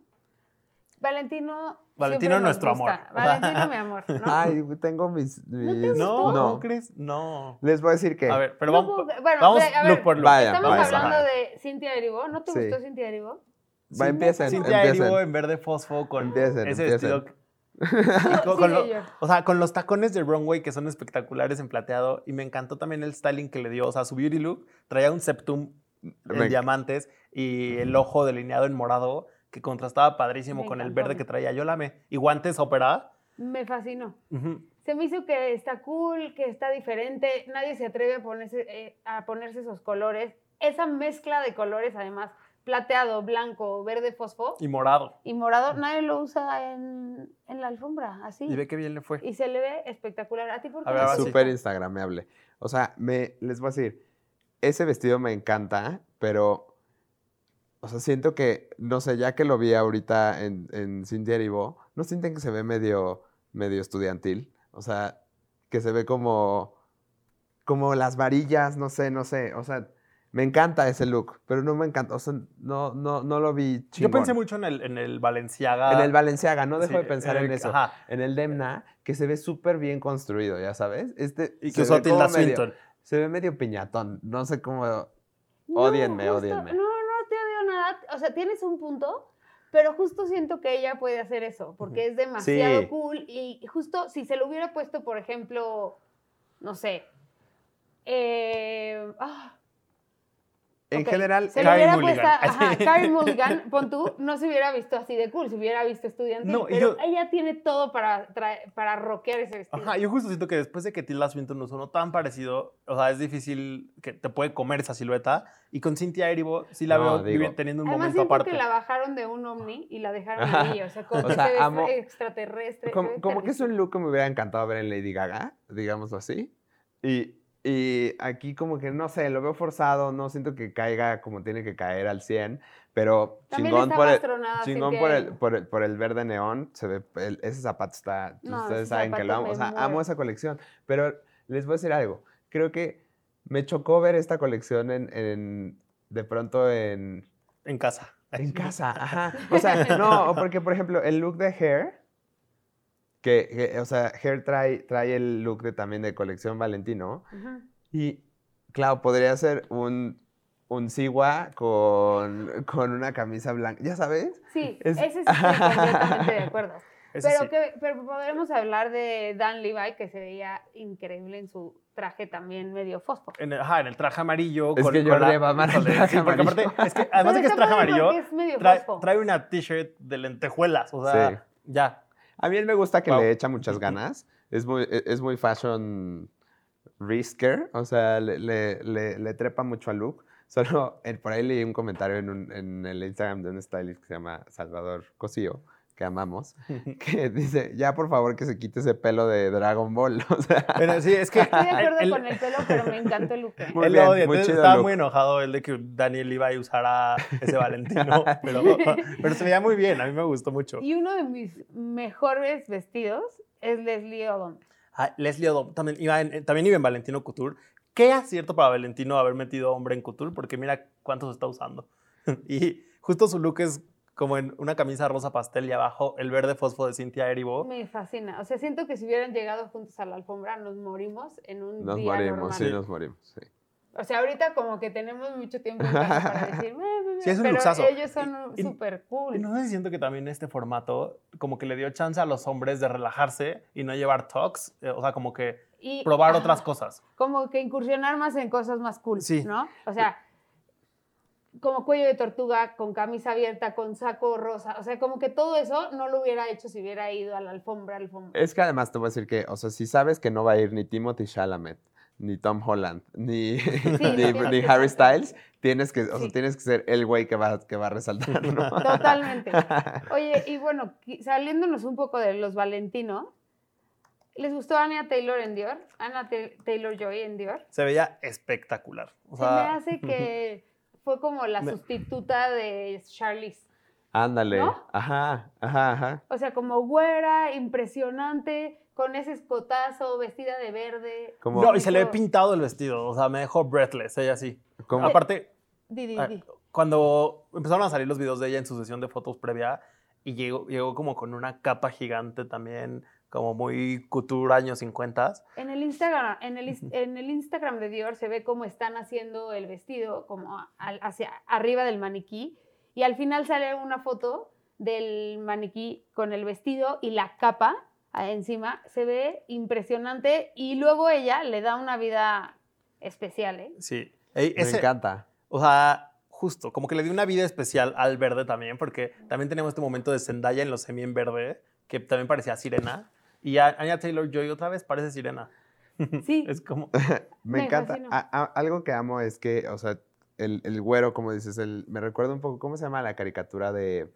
S3: Valentino.
S1: Valentino
S3: siempre
S1: nuestro
S3: nos gusta.
S1: amor.
S3: Valentino, mi amor. ¿no?
S2: Ay, tengo mis. mis-
S1: No,
S2: no.
S1: no, Chris, no.
S2: Les voy a decir que.
S1: A ver, pero
S3: No
S1: vamos,
S3: puedo cre- bueno,
S1: vamos
S3: pero, a ver,
S1: look por look.
S2: Vaya,
S3: Estamos
S2: vamos,
S3: hablando
S2: ajá.
S3: de Cintia Erivo. ¿No te
S2: Sí.
S3: gustó Cintia Erivo?
S2: Va, empiecen,
S1: Cintia
S2: empiecen.
S1: Erivo en verde fosfo con
S2: Empiecen,
S1: ese
S2: empiecen.
S1: vestido.
S3: Tú,
S1: Con- con
S3: sigue
S1: lo-
S3: yo.
S1: O sea, con los tacones de runway que son espectaculares en plateado. Y me encantó también el styling que le dio. O sea, su beauty look traía un septum en
S2: Me-
S1: diamantes y el ojo delineado en morado que contrastaba padrísimo
S3: Me
S1: con el
S3: encantó.
S1: verde que traía. Yo la amé. Y guantes ópera.
S3: Me fascinó.
S1: Ujú.
S3: Se me hizo que está cool, que está diferente. Nadie se atreve a ponerse, eh, a ponerse esos colores. Esa mezcla de colores, además, plateado, blanco, verde, fosfo
S1: Y morado.
S3: y morado, nadie lo usa en, en la alfombra, así.
S1: Y ve qué bien le fue.
S3: Y se le ve espectacular. ¿A ti por qué?
S1: A ver,
S3: te
S1: ahora sí.
S3: gusta?
S2: súper instagrameable. O sea, me, les voy a decir, ese vestido me encanta, pero, o sea, siento que, no sé, ya que lo vi ahorita en, en Cintia Erivo, ¿no sienten que se ve medio, medio estudiantil? O sea, que se ve como, como las varillas, no sé, no sé, o sea... Me encanta ese look, pero no me encanta, o sea, no, no, no lo vi
S1: Yo
S2: chingón.
S1: pensé mucho en el, en el Balenciaga.
S2: En el Valenciaga, no dejo
S1: Ah, Sí,
S2: de pensar en,
S1: el-
S2: eso.
S1: ajá.
S2: En el Demna, que se ve súper bien construido, ya sabes. Este
S1: Y que
S2: se
S1: usó
S2: ve como
S1: Tilda
S2: medio-
S1: Swinton.
S2: se ve medio piñatón. No sé cómo.
S3: No,
S2: Ódienme, ódienme.
S3: No, no te odio nada. O sea, tienes un punto, pero justo siento que ella puede hacer eso, porque es demasiado
S2: Sí.
S3: cool. Y justo si se lo hubiera puesto, por ejemplo, no sé. eh, ah,
S2: En
S3: ok,
S2: general,
S3: se
S2: eh,
S3: lo
S1: Carey
S3: hubiera
S1: Mulligan,
S3: puesto, ajá,
S1: así.
S3: Carey Mulligan, pon tú, no se hubiera visto así de cool, se hubiera visto estudiantil,
S1: No, y
S3: pero
S1: yo-
S3: ella tiene todo para, trae- para rockear ese vestido.
S1: Ajá, yo justo siento que después de que Tilda Swinton usó uno tan parecido, o sea, es difícil que te puede comer esa silueta. Y con Cynthia Erivo sí la
S2: No,
S1: veo
S2: digo.
S1: vivi- teniendo un
S3: Además
S1: momento
S3: siento
S1: aparte.
S3: que la bajaron de un ovni y la dejaron ahí, o sea, como
S2: O
S3: que
S2: sea,
S3: se ve
S2: amo-
S3: extraterrestre. se ve
S2: como, como que es
S3: terrífico.
S2: un look que me hubiera encantado ver en Lady Gaga, digámoslo así. Y, y aquí, como que no sé, lo veo forzado. No siento que caiga como tiene que caer al 100, pero
S3: También
S2: chingón
S3: está
S2: por
S3: más
S2: el.
S3: tronada,
S2: Chingón
S3: Cintia
S2: por el,
S3: Erivo.
S2: por, el, por el verde neón, se ve, el- ese zapato está,
S3: No,
S2: ustedes
S3: ese
S2: saben que lo
S3: zapato
S2: amo, o
S3: me
S2: sea,
S3: muero.
S2: amo esa colección, pero les voy a decir algo, creo que me chocó ver esta colección en, en- de pronto en,
S1: En casa.
S2: en casa, ajá, o sea, no, o porque por ejemplo, el look de Hair, que, que, o sea, Hair trae, trae el look de, también de colección Valentino,
S3: Ujú.
S2: y claro, podría ser un, un Sigua con, con una camisa blanca, ya sabes,
S3: Sí,
S2: Es-
S3: ese sí estoy completamente de acuerdo.
S1: Eso
S3: Pero,
S1: sí.
S3: que, pero podremos hablar de Dan Levi, que se veía increíble en su traje también medio fosfo.
S1: En el, ajá, en el traje amarillo.
S2: Es que yo
S1: la-
S2: le va mal al
S1: Híjole,
S2: traje
S1: sí, porque
S2: amarillo.
S1: aparte, es que, además de
S3: Pero
S1: que es
S3: está
S1: traje
S3: padre
S1: amarillo,
S3: porque Es medio
S1: trae,
S3: fosfo.
S1: trae una t-shirt de lentejuelas. O sea,
S2: Sí.
S1: ya.
S2: A mí él me gusta que
S1: Wow.
S2: le echa muchas ganas. Es muy, e- es muy fashion risker. O sea, le, le- le- le trepa mucho al look. Solo eh, por ahí leí un comentario en, un- en el Instagram de un stylist que se llama Salvador Cosío, que amamos, que dice, ya por favor que se quite ese pelo de Dragon Ball. O sea,
S1: Pero sí, es que.
S3: Estoy de acuerdo
S1: el-
S3: con el pelo, pero me encantó el look. ¿eh?
S2: Muy
S1: él
S2: bien,
S1: lo odia,
S2: muy
S1: entonces
S2: chido
S1: estaba
S2: look.
S1: muy enojado el de que Daniel iba a usar a ese Valentino, pero, pero se veía muy bien, a mí me gustó mucho.
S3: Y uno de mis mejores vestidos es Leslie Odom.
S1: Ah, Leslie Odom también iba, en, eh, también iba en Valentino Couture. Qué acierto para Valentino haber metido hombre en Couture, porque mira cuántos está usando. y justo su look es como en una camisa rosa pastel y abajo el verde fosfo de Cintia Erivo.
S3: Me fascina. O sea, siento que si hubieran llegado juntos a la alfombra, nos morimos en un
S2: nos
S3: día
S2: morimos,
S3: normal.
S2: sí, nos morimos. sí.
S3: O sea, ahorita como que tenemos mucho tiempo en casa para decir, "Meh, meh, meh",
S1: Sí, es un
S3: pero
S1: luxazo.
S3: ellos son
S1: Y- y-
S3: súper
S1: Y
S3: cool.
S1: no sé si siento que también este formato como que le dio chance a los hombres de relajarse y no llevar talks, o sea, como que
S3: y
S1: probar
S3: ah,
S1: otras cosas.
S3: Como que incursionar más en cosas más cool,
S1: Sí.
S3: ¿no? O sea, como cuello de tortuga, con camisa abierta, con saco rosa. O sea, como que todo eso no lo hubiera hecho si hubiera ido a la alfombra, alfombra.
S2: Es que además te voy a decir que, o sea, si sabes que no va a ir ni Timothy Chalamet, ni Tom Holland, ni,
S3: no
S2: ni,
S3: tienes
S2: ni
S3: que
S2: Harry
S3: estar-
S2: Styles, tienes que, o sea,
S3: Sí.
S2: tienes que ser el güey que va, que va a resaltar, ¿no?
S3: Totalmente. Oye, y bueno, qui- saliéndonos un poco de los Valentino, ¿les gustó Anya Taylor en Dior? Ana Taylor Joy en Dior.
S1: Se veía espectacular. O
S3: Se me
S1: sea,
S3: hace que fue como la
S1: me-
S3: sustituta de Charlize.
S2: Ándale.
S3: ¿No?
S2: Ajá, ajá, ajá.
S3: O sea, como güera, impresionante, con ese escotazo, vestida de verde.
S2: Como,
S1: No, y se le ve
S3: Todo.
S1: pintado el vestido, o sea, me dejó breathless, ella sí.
S2: como-
S1: Aparte,
S3: Di, di,
S1: Ah,
S3: di.
S1: cuando empezaron a salir los videos de ella en su sesión de fotos previa y llegó, llegó como con una capa gigante también, como muy couture años 50.
S3: En el Instagram, en el, is- en el Instagram de Dior se ve cómo están haciendo el vestido, como a- al- hacia arriba del maniquí, y al final sale una foto del maniquí con el vestido y la capa a- encima. Se ve impresionante y luego ella le da una vida especial, ¿eh?
S1: Sí. Ey,
S2: me
S1: ese-
S2: encanta.
S1: o sea, justo, como que le dio una vida especial al verde también, porque también tenemos este momento de Zendaya en los semi en verde, que también parecía sirena. Y a- Anya Taylor Joy otra vez parece sirena.
S3: Sí.
S1: es como.
S2: Me
S3: Me
S2: encanta.
S3: fascinó.
S2: A- a- algo que amo es que, o sea, el, el güero, como dices, el, me recuerda un poco, ¿cómo se llama la caricatura de,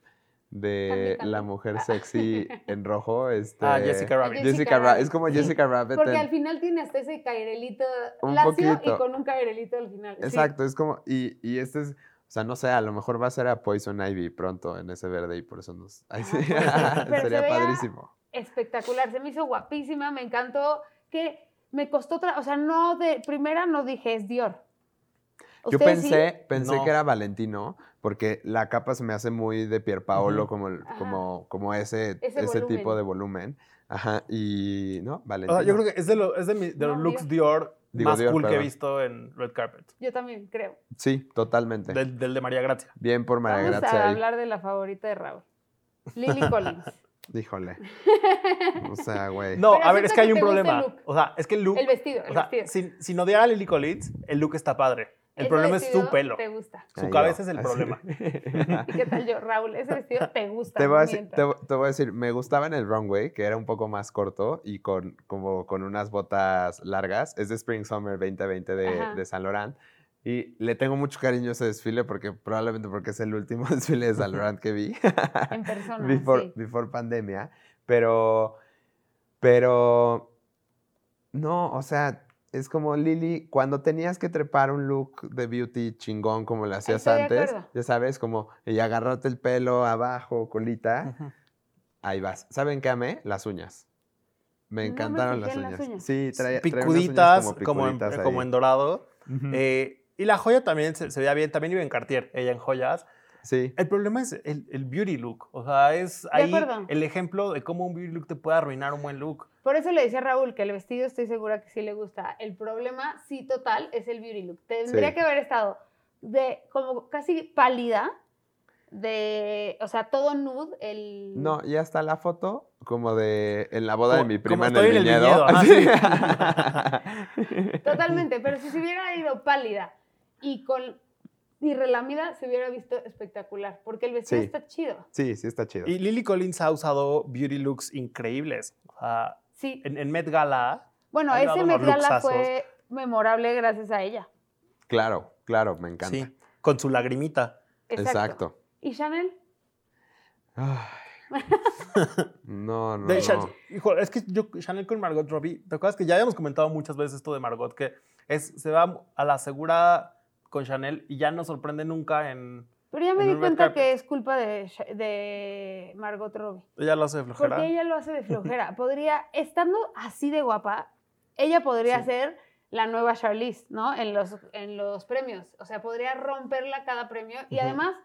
S2: de
S3: Candy, Candy.
S2: la mujer sexy en rojo? Este,
S1: Ah, Jessica Rabbit.
S3: Jessica
S2: Jessica Ra-
S3: Rabbit.
S2: Es como
S3: Sí.
S2: Jessica Rabbit.
S3: Porque
S2: en-
S3: al final tiene hasta ese cairelito
S2: Un
S3: lacio
S2: poquito.
S3: y con un cairelito al final. sí.
S2: Exacto, es como, y, y este es, o sea, no sé, a lo mejor va a ser a Poison Ivy pronto en ese verde y por eso nos... Ay, sí.
S3: Ajá, pues, pero se
S2: Sería
S3: veía-
S2: padrísimo.
S3: espectacular, se me hizo guapísima, me encantó, que me costó, tra- o sea, no de primera no dije es Dior.
S2: Yo
S3: ¿Ustedes sí?
S2: pensé, pensé
S1: No.
S2: que era Valentino, porque la capa se me hace muy de Pierpaolo,
S1: Ujú.
S2: como, el-
S3: Ajá.
S2: como, como ese,
S3: Ese
S2: ese, tipo
S3: volumen.
S2: de volumen. Ajá, y no,
S1: O
S2: Valentino.
S1: sea, yo creo que es de, lo- es de, mi- de los
S3: No,
S1: looks Dior
S2: Digo,
S1: más
S2: Dior,
S1: cool que he
S2: claro.
S1: visto en Red Carpet.
S3: Yo también creo.
S2: Sí, totalmente.
S1: Del, del de María Gracia.
S2: Bien por María
S3: Vamos
S2: Gracia
S3: a
S2: ahí.
S3: hablar de la favorita de Raúl. Lily Collins.
S2: Híjole. O sea, güey.
S1: No,
S3: Pero
S1: a ver, es
S3: siento
S1: que hay
S3: que
S1: un
S3: te gusta el
S1: problema.
S3: look.
S1: O sea, es que el look.
S3: El vestido,
S1: o
S3: el
S1: sea,
S3: vestido.
S1: sin, sin odiar a Lily Collins, el look está padre. El
S3: Ese
S1: problema es su
S3: vestido
S1: pelo.
S3: Te gusta.
S1: Su
S2: Ay, yo.
S1: cabeza es el
S2: Así.
S1: problema.
S3: ¿Y qué tal yo, Raúl? Ese vestido te gusta.
S2: Te voy, a
S3: no
S2: decir,
S3: mientas.
S2: te, vo- te voy a decir, me gustaba en el runway, que era un poco más corto y con, como con unas botas largas. Es de Spring Summer 2020 de,
S3: Ajá.
S2: de San Laurent. Y le tengo mucho cariño a ese desfile porque probablemente porque es el último desfile de San Laurent que vi.
S3: En persona,
S2: before,
S3: sí.
S2: before pandemia. Pero, pero, no, o sea, es como Lili, cuando tenías que trepar un look de beauty chingón como lo hacías
S3: estoy de
S2: antes,
S3: acuerdo.
S2: ya sabes, como y agarrarte el pelo abajo, colita,
S1: Ujú.
S2: ahí vas. ¿Saben qué amé? Las uñas. Me
S3: No me
S2: encantaron
S3: fijé
S2: las,
S3: en
S2: uñas.
S3: las uñas.
S2: Sí, traía, traía unas uñas
S1: Picuditas, como, en,
S2: picuditas
S1: como
S2: ahí.
S1: en dorado.
S3: Mm.
S2: Ujú.
S1: Eh, y la joya también se, se veía bien. También iba en Cartier, ella en joyas.
S2: sí.
S1: El problema es el, el beauty look. O sea, es ahí
S3: acuerdo.
S1: el ejemplo de cómo un beauty look te puede arruinar un buen look.
S3: Por eso le decía a Raúl que el vestido estoy segura que sí le gusta. El problema, sí, total, es el beauty look. Tendría
S2: Sí.
S3: que haber estado de como casi pálida, de, o sea, todo nude, el...
S2: No, y hasta la foto como de en la boda de
S1: Como-
S2: mi
S1: como
S2: prima en,
S1: estoy
S2: el
S1: en el
S2: viñedo.
S1: viñedo, ajá,
S3: Totalmente, pero si se hubiera ido pálida y con... Y relamida se hubiera visto espectacular, porque el vestido
S2: Sí.
S3: está chido.
S2: sí, sí está chido.
S1: Y Lily Collins ha usado beauty looks increíbles. O sea,
S3: Sí.
S1: en, en Met Gala,
S3: Bueno,
S1: Ahí va
S3: ese
S1: unos
S3: Met Gala
S1: luxazos.
S3: fue memorable gracias a ella.
S2: Claro, claro, me encanta.
S1: sí, con su lagrimita.
S3: Exacto.
S2: Exacto.
S3: ¿Y Chanel?
S2: Ay. No, no,
S1: De Chan-
S2: no.
S1: hijo, es que yo, Chanel con Margot Robbie, ¿te acuerdas que ya habíamos comentado muchas veces esto de Margot? Que es, se va a la segura con Chanel y ya no sorprende nunca en.
S3: Pero ya me
S1: En
S3: di
S1: un red
S3: cuenta
S1: carpet.
S3: que es culpa de, Sha- de Margot Robbie.
S1: Ella lo hace de flojera.
S3: Porque ella lo hace de flojera. Podría, estando así de guapa, ella podría
S1: Sí.
S3: ser la nueva Charlize, ¿no? En los, en los premios. O sea, podría romperla cada premio. Y
S1: Ujú.
S3: además,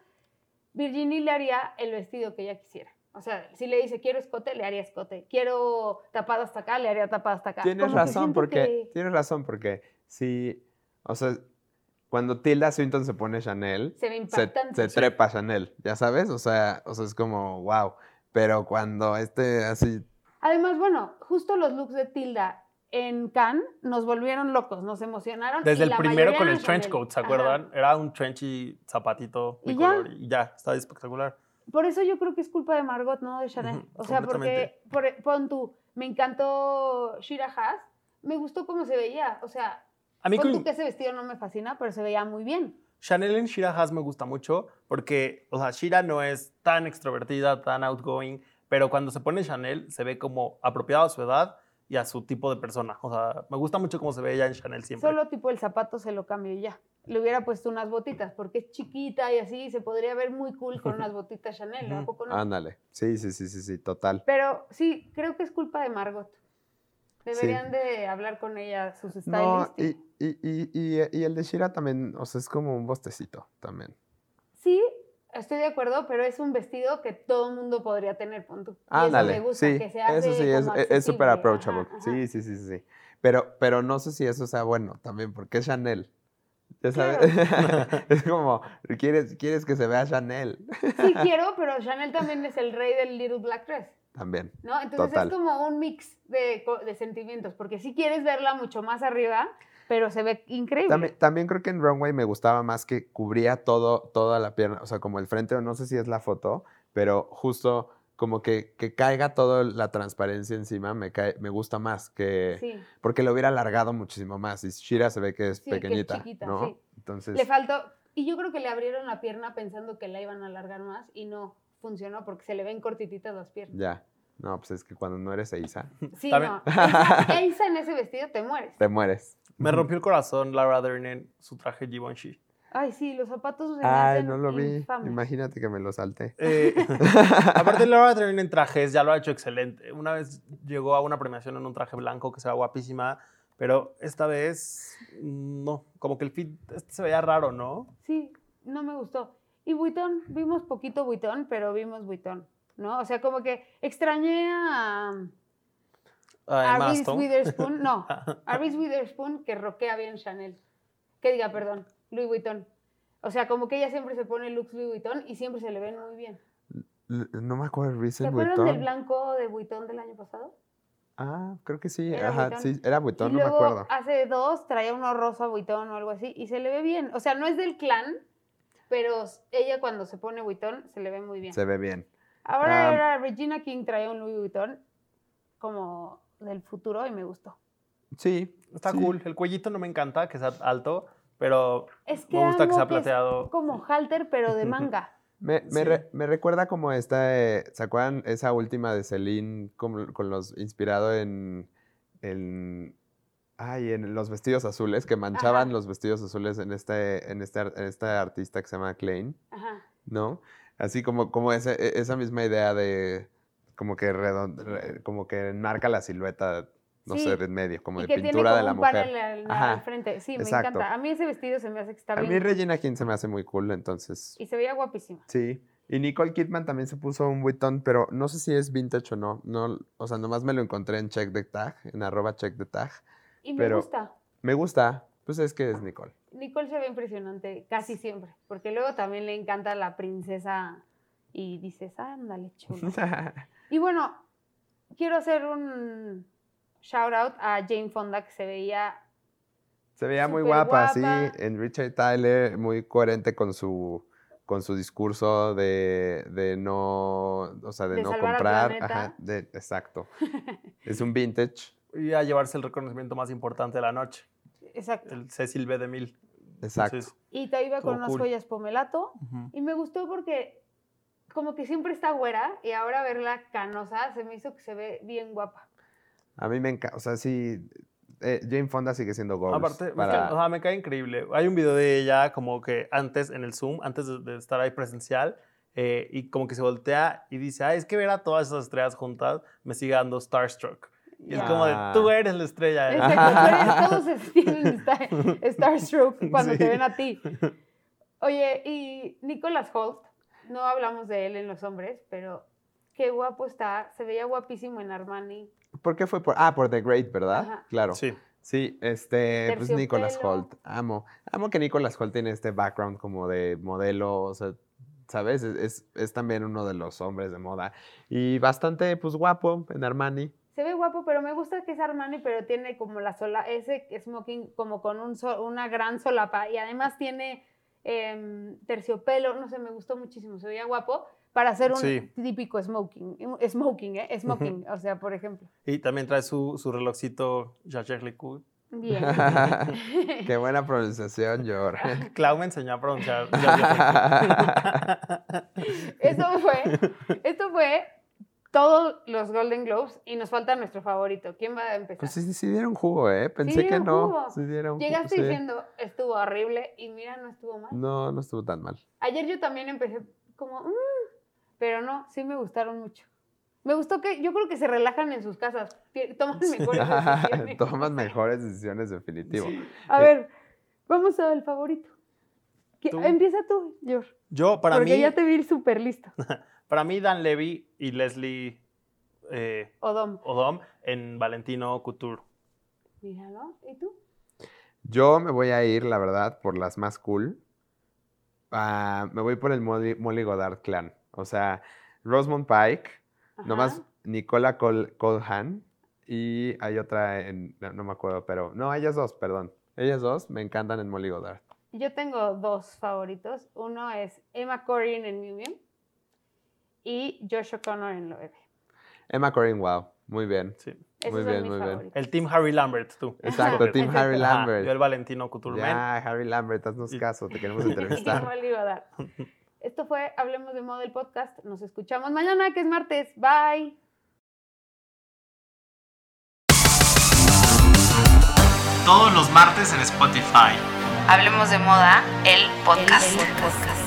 S3: Virginie le haría el vestido que ella quisiera. O sea, si le dice quiero escote, le haría escote. Quiero tapado hasta acá, le haría tapado hasta acá.
S2: Tienes
S3: Como que
S2: razón,
S3: siento
S2: porque.
S3: que-
S2: Tienes razón, porque si. O sea, cuando Tilda Swinton se pone Chanel,
S3: Se ve
S2: se,
S3: impactante.
S2: se trepa Chanel, ya sabes? O sea, o sea, es como, wow. Pero cuando este así.
S3: Además, bueno, justo los looks de Tilda en Cannes nos volvieron locos, nos emocionaron.
S1: Desde
S3: y
S1: el
S3: la
S1: primero
S3: mayoría
S1: con
S3: eran
S1: el trench
S3: Chanel.
S1: coat, ¿se
S3: Ajá.
S1: acuerdan? Era un trench y zapatito
S3: Y
S1: bicolor y ya, estaba espectacular.
S3: Por eso yo creo que es culpa de Margot, no de Chanel.
S1: Ujú,
S3: o sea, porque,
S1: completamente.
S3: por, pon tú, me encantó Shira Haas, me gustó cómo se veía. O sea,
S1: A mí
S3: pon tú
S1: con
S3: que ese vestido no me fascina, pero se veía muy bien.
S1: Chanel en Shira Haas me gusta mucho porque, o sea, Shira no es tan extrovertida, tan outgoing, pero cuando se pone Chanel se ve como apropiado a su edad y a su tipo de persona. O sea, me gusta mucho cómo se ve ella en Chanel siempre.
S3: Solo tipo el zapato se lo cambio y ya. le hubiera puesto unas botitas, porque es chiquita y así, y se podría ver muy cool con unas botitas Chanel, ¿a
S1: Ujú.
S3: poco no?
S2: Ándale. Sí, sí, sí, sí, sí, total.
S3: Pero sí, creo que es culpa de Margot. Deberían
S2: Sí.
S3: de hablar con ella, sus
S2: No,
S3: stylists.
S2: y, y, y, y, y el de Shira también, o sea, es como un bostecito también.
S3: Sí, estoy de acuerdo, pero es un vestido que todo el mundo podría tener, pon tú. Y eso
S2: Ándale,
S3: me gusta,
S2: sí,
S3: que sea
S2: eso
S3: de
S2: sí, es-
S3: como
S2: es- es súper
S3: accesible,
S2: approachable.
S3: ajá, ajá.
S2: Sí, sí, sí, sí, sí. Pero, pero no sé si eso sea bueno también, porque es Chanel. Ya sabes, es como, ¿quieres, quieres que se vea Chanel
S3: Sí quiero, pero Chanel también es el rey del Little Black Dress,
S2: también.
S3: ¿no? Entonces
S2: Total.
S3: es como un mix de, co- de sentimientos, porque sí quieres verla mucho más arriba, pero se ve increíble.
S2: También, también creo que en Runway me gustaba más que cubría todo, toda la pierna, o sea, como el frente, o no sé si es la foto, pero justo como que, que caiga toda la transparencia encima me, cae, me gusta más que...
S3: sí.
S2: Porque lo hubiera alargado muchísimo más. Y Shira se ve que es
S3: Sí, que es
S2: pequeñita,
S3: chiquita,
S2: ¿no?
S3: sí.
S2: Entonces...
S3: Le faltó, y yo creo que le abrieron la pierna pensando que la iban a alargar más y no funcionó porque se le ven cortititas las piernas.
S2: Ya. No, pues es que cuando no eres Eiza,
S3: Sí,
S1: También-
S3: no. Elsa, Elsa en ese vestido te mueres.
S2: te mueres.
S1: Me rompió el corazón Laura Dern en su traje Givenchy.
S3: Ay, sí, los zapatos se me
S2: Ay,
S3: hacen
S2: no lo vi.
S3: infames.
S2: Imagínate que me lo salté.
S1: Eh, aparte, Laura Dern en trajes ya lo ha hecho excelente. Una vez llegó a una premiación en un traje blanco que se veía guapísima, pero esta vez no. Como que el fit este se veía raro, ¿no?
S3: Sí, no me gustó. Y Buitón, vimos poquito Buitón, pero vimos Buitón, ¿no? O sea, como que extrañé a,
S1: Ah,
S3: a
S1: Emma
S3: Reese
S1: Stone.
S3: Witherspoon, no,
S1: Ah.
S3: a Reese Witherspoon que roquea bien Chanel. Que diga, perdón, Louis Vuitton. O sea, como que ella siempre se pone looks Louis Vuitton y siempre se le ven muy bien.
S2: L- No me acuerdo de
S3: ¿Se
S2: Reason
S3: acuerdan del
S2: Vuitton.
S3: blanco de Vuitton del año pasado?
S2: Ah, creo que sí.
S3: Era
S2: Ajá,
S3: Vuitton.
S2: sí, era Vuitton,
S3: y
S2: no me
S3: luego ah,
S2: acuerdo.
S3: hace dos traía uno rosa Vuitton o algo así y se le ve bien. O sea, no es del clan, pero ella cuando se pone Vuitton se le ve muy bien.
S2: Se ve bien.
S3: Ahora
S2: Ah.
S3: era Regina King traía un Louis Vuitton como del futuro y me gustó.
S2: Sí.
S1: Está
S2: sí.
S1: cool. El cuellito no me encanta, que sea alto, pero
S3: Es que
S1: me gusta que
S3: amo
S1: sea
S3: que es
S1: plateado.
S3: como halter pero de manga.
S2: Me, me
S1: Sí.
S2: re- me recuerda como esta, eh, ¿se acuerdan? Esa última de Celine con, con los, inspirado en, en, ay, en los vestidos azules, que manchaban
S3: Ajá.
S2: los vestidos azules en este, en este, ar- en este artista que se llama Klein.
S3: Ajá.
S2: ¿no? Así como, como ese- e- esa misma idea de como que redon- re- como que enmarca la silueta, no
S3: Sí,
S2: sé, de en medio, como
S3: y
S2: de
S3: que tiene
S2: pintura
S3: como
S2: de la
S3: un
S2: mujer.
S3: panel al,
S2: Ajá,
S3: al frente. Sí,
S2: exacto.
S3: me encanta. A mí ese vestido se me hace que está
S2: A
S3: bien.
S2: mí Regina King se me hace muy cool, entonces.
S3: Y se veía guapísima.
S2: Sí. Y Nicole Kidman también se puso un Vuitton, pero no sé si es vintage o no. no o sea, nomás me lo encontré en check the tag, en arroba check the tag.
S3: Y me
S2: Pero-
S3: gusta.
S2: Me gusta, pues es que es Nicole.
S3: Nicole se ve impresionante casi siempre, porque luego también le encanta la princesa y dices, ándale, chulo. y bueno, quiero hacer un shout out a Jane Fonda que se veía
S2: Se veía muy
S3: Súper
S2: guapa, sí,
S3: guapa.
S2: en Richard Tyler, muy coherente con su, con su discurso de, de no, o sea, de,
S3: De
S2: no
S3: salvar al
S2: comprar.
S3: planeta.
S2: Ajá, de- exacto. es un vintage,
S1: Y a llevarse el reconocimiento más importante de la noche,
S3: exacto.
S1: el Cecil B. de Mil.
S2: exacto.
S1: Entonces,
S3: Y te iba
S1: Estuvo
S3: con unas
S1: cool.
S3: joyas pomelato
S1: ujú.
S3: y me gustó porque como que siempre está güera y ahora verla canosa se me hizo que se ve bien guapa.
S2: A mí me encanta, o sea, sí, eh, Jane Fonda sigue siendo gold.
S1: Aparte, me cae- o sea, me cae increíble. Hay un video de ella como que antes en el Zoom, antes de, de estar ahí presencial, eh, y como que se voltea y dice, ah, es que ver a todas esas estrellas juntas me sigue dando Starstruck. Y es
S3: Ya.
S1: como de,
S2: Ah.
S1: tú eres la estrella.
S3: Este,
S1: ¿eh?".
S3: todos se tienen esta- Starstruck cuando te
S1: Sí.
S3: ven a ti. Oye, y Nicolas Holt, no hablamos de él en Los Hombres, pero qué guapo está, se veía guapísimo en Armani.
S2: ¿Por qué fue por, ah, por The Great, ¿verdad?
S3: Ajá.
S2: Claro. Sí.
S1: Sí.
S2: este, pues Nicolas
S3: Terciopelo.
S2: Holt, amo, amo que Nicolas Holt tiene este background como de modelo, o sea, ¿sabes? Es, es- es también uno de los hombres de moda y bastante, pues, guapo en Armani.
S3: Se ve guapo, pero me gusta que es Armani, pero tiene como la sola, ese smoking como con un sol- una gran solapa y además tiene em, terciopelo, no sé, me gustó muchísimo, se veía guapo para hacer un
S1: Sí.
S3: típico smoking, un- smoking, ¿eh? Smoking, o sea, por ejemplo.
S1: Y también trae su, su relojcito Jaeger LeCoultre.
S3: Bien.
S2: Qué buena pronunciación, George.
S1: Clau me enseñó a pronunciar. Jaeger LeCoultre.
S3: Eso fue, esto fue todos los Golden Globes y nos falta nuestro favorito. ¿Quién va a empezar?
S2: Pues sí, sí dieron jugo, ¿eh? Pensé que
S3: dieron
S2: no.
S3: jugo.
S2: Sí dieron jugo,
S3: Llegaste
S2: sí.
S3: diciendo, estuvo horrible y mira, no estuvo mal.
S2: No, no estuvo tan mal.
S3: Ayer yo también empecé como, "Mm", pero no, sí me gustaron mucho. Me gustó que yo creo que se relajan en sus casas, pi- toman mejores decisiones.
S2: Tomas mejores decisiones, definitivo.
S3: A ver, vamos al favorito. ¿Qui-
S1: Tú.
S3: Empieza tú, George,
S1: Yo, para
S3: porque
S1: mí,
S3: ya te vi súper listo.
S1: para mí, Dan Levy y Leslie eh,
S3: Odom,
S1: Odom en Valentino Couture.
S3: míralo. ¿Y tú?
S2: Yo me voy a ir, la verdad, por las más cool. Ah, me voy por el Molly, Molly Goddard clan. O sea, Rosamund Pike,
S3: Ajá.
S2: nomás Nicola Col- Colhan y hay otra en, no, no me acuerdo, pero no, ellas dos, perdón. Ellas dos me encantan en Molly Goddard.
S3: Yo tengo dos favoritos. Uno es Emma Corrin en Mew Mew y Josh O'Connor en Loewe.
S2: Emma Corrin, wow, muy bien.
S1: Sí.
S3: Esos
S2: Muy
S3: son
S2: bien,
S3: mis
S2: muy bien.
S3: favoritos.
S1: El Team Harry Lambert, tú.
S2: Exacto, Team
S3: Exacto.
S2: Harry
S1: Ajá,
S2: Lambert.
S1: yo el Valentino Couture. man.
S2: Ya, Harry Lambert, haznos
S1: Y-
S2: caso, te queremos
S3: Y
S2: entrevistar.
S3: Molly Goddard. Esto fue Hablemos de Moda el podcast. Nos escuchamos mañana, que es martes. Bye.
S1: Todos los martes en Spotify.
S4: Hablemos de moda, el
S5: El
S4: podcast.
S5: podcast.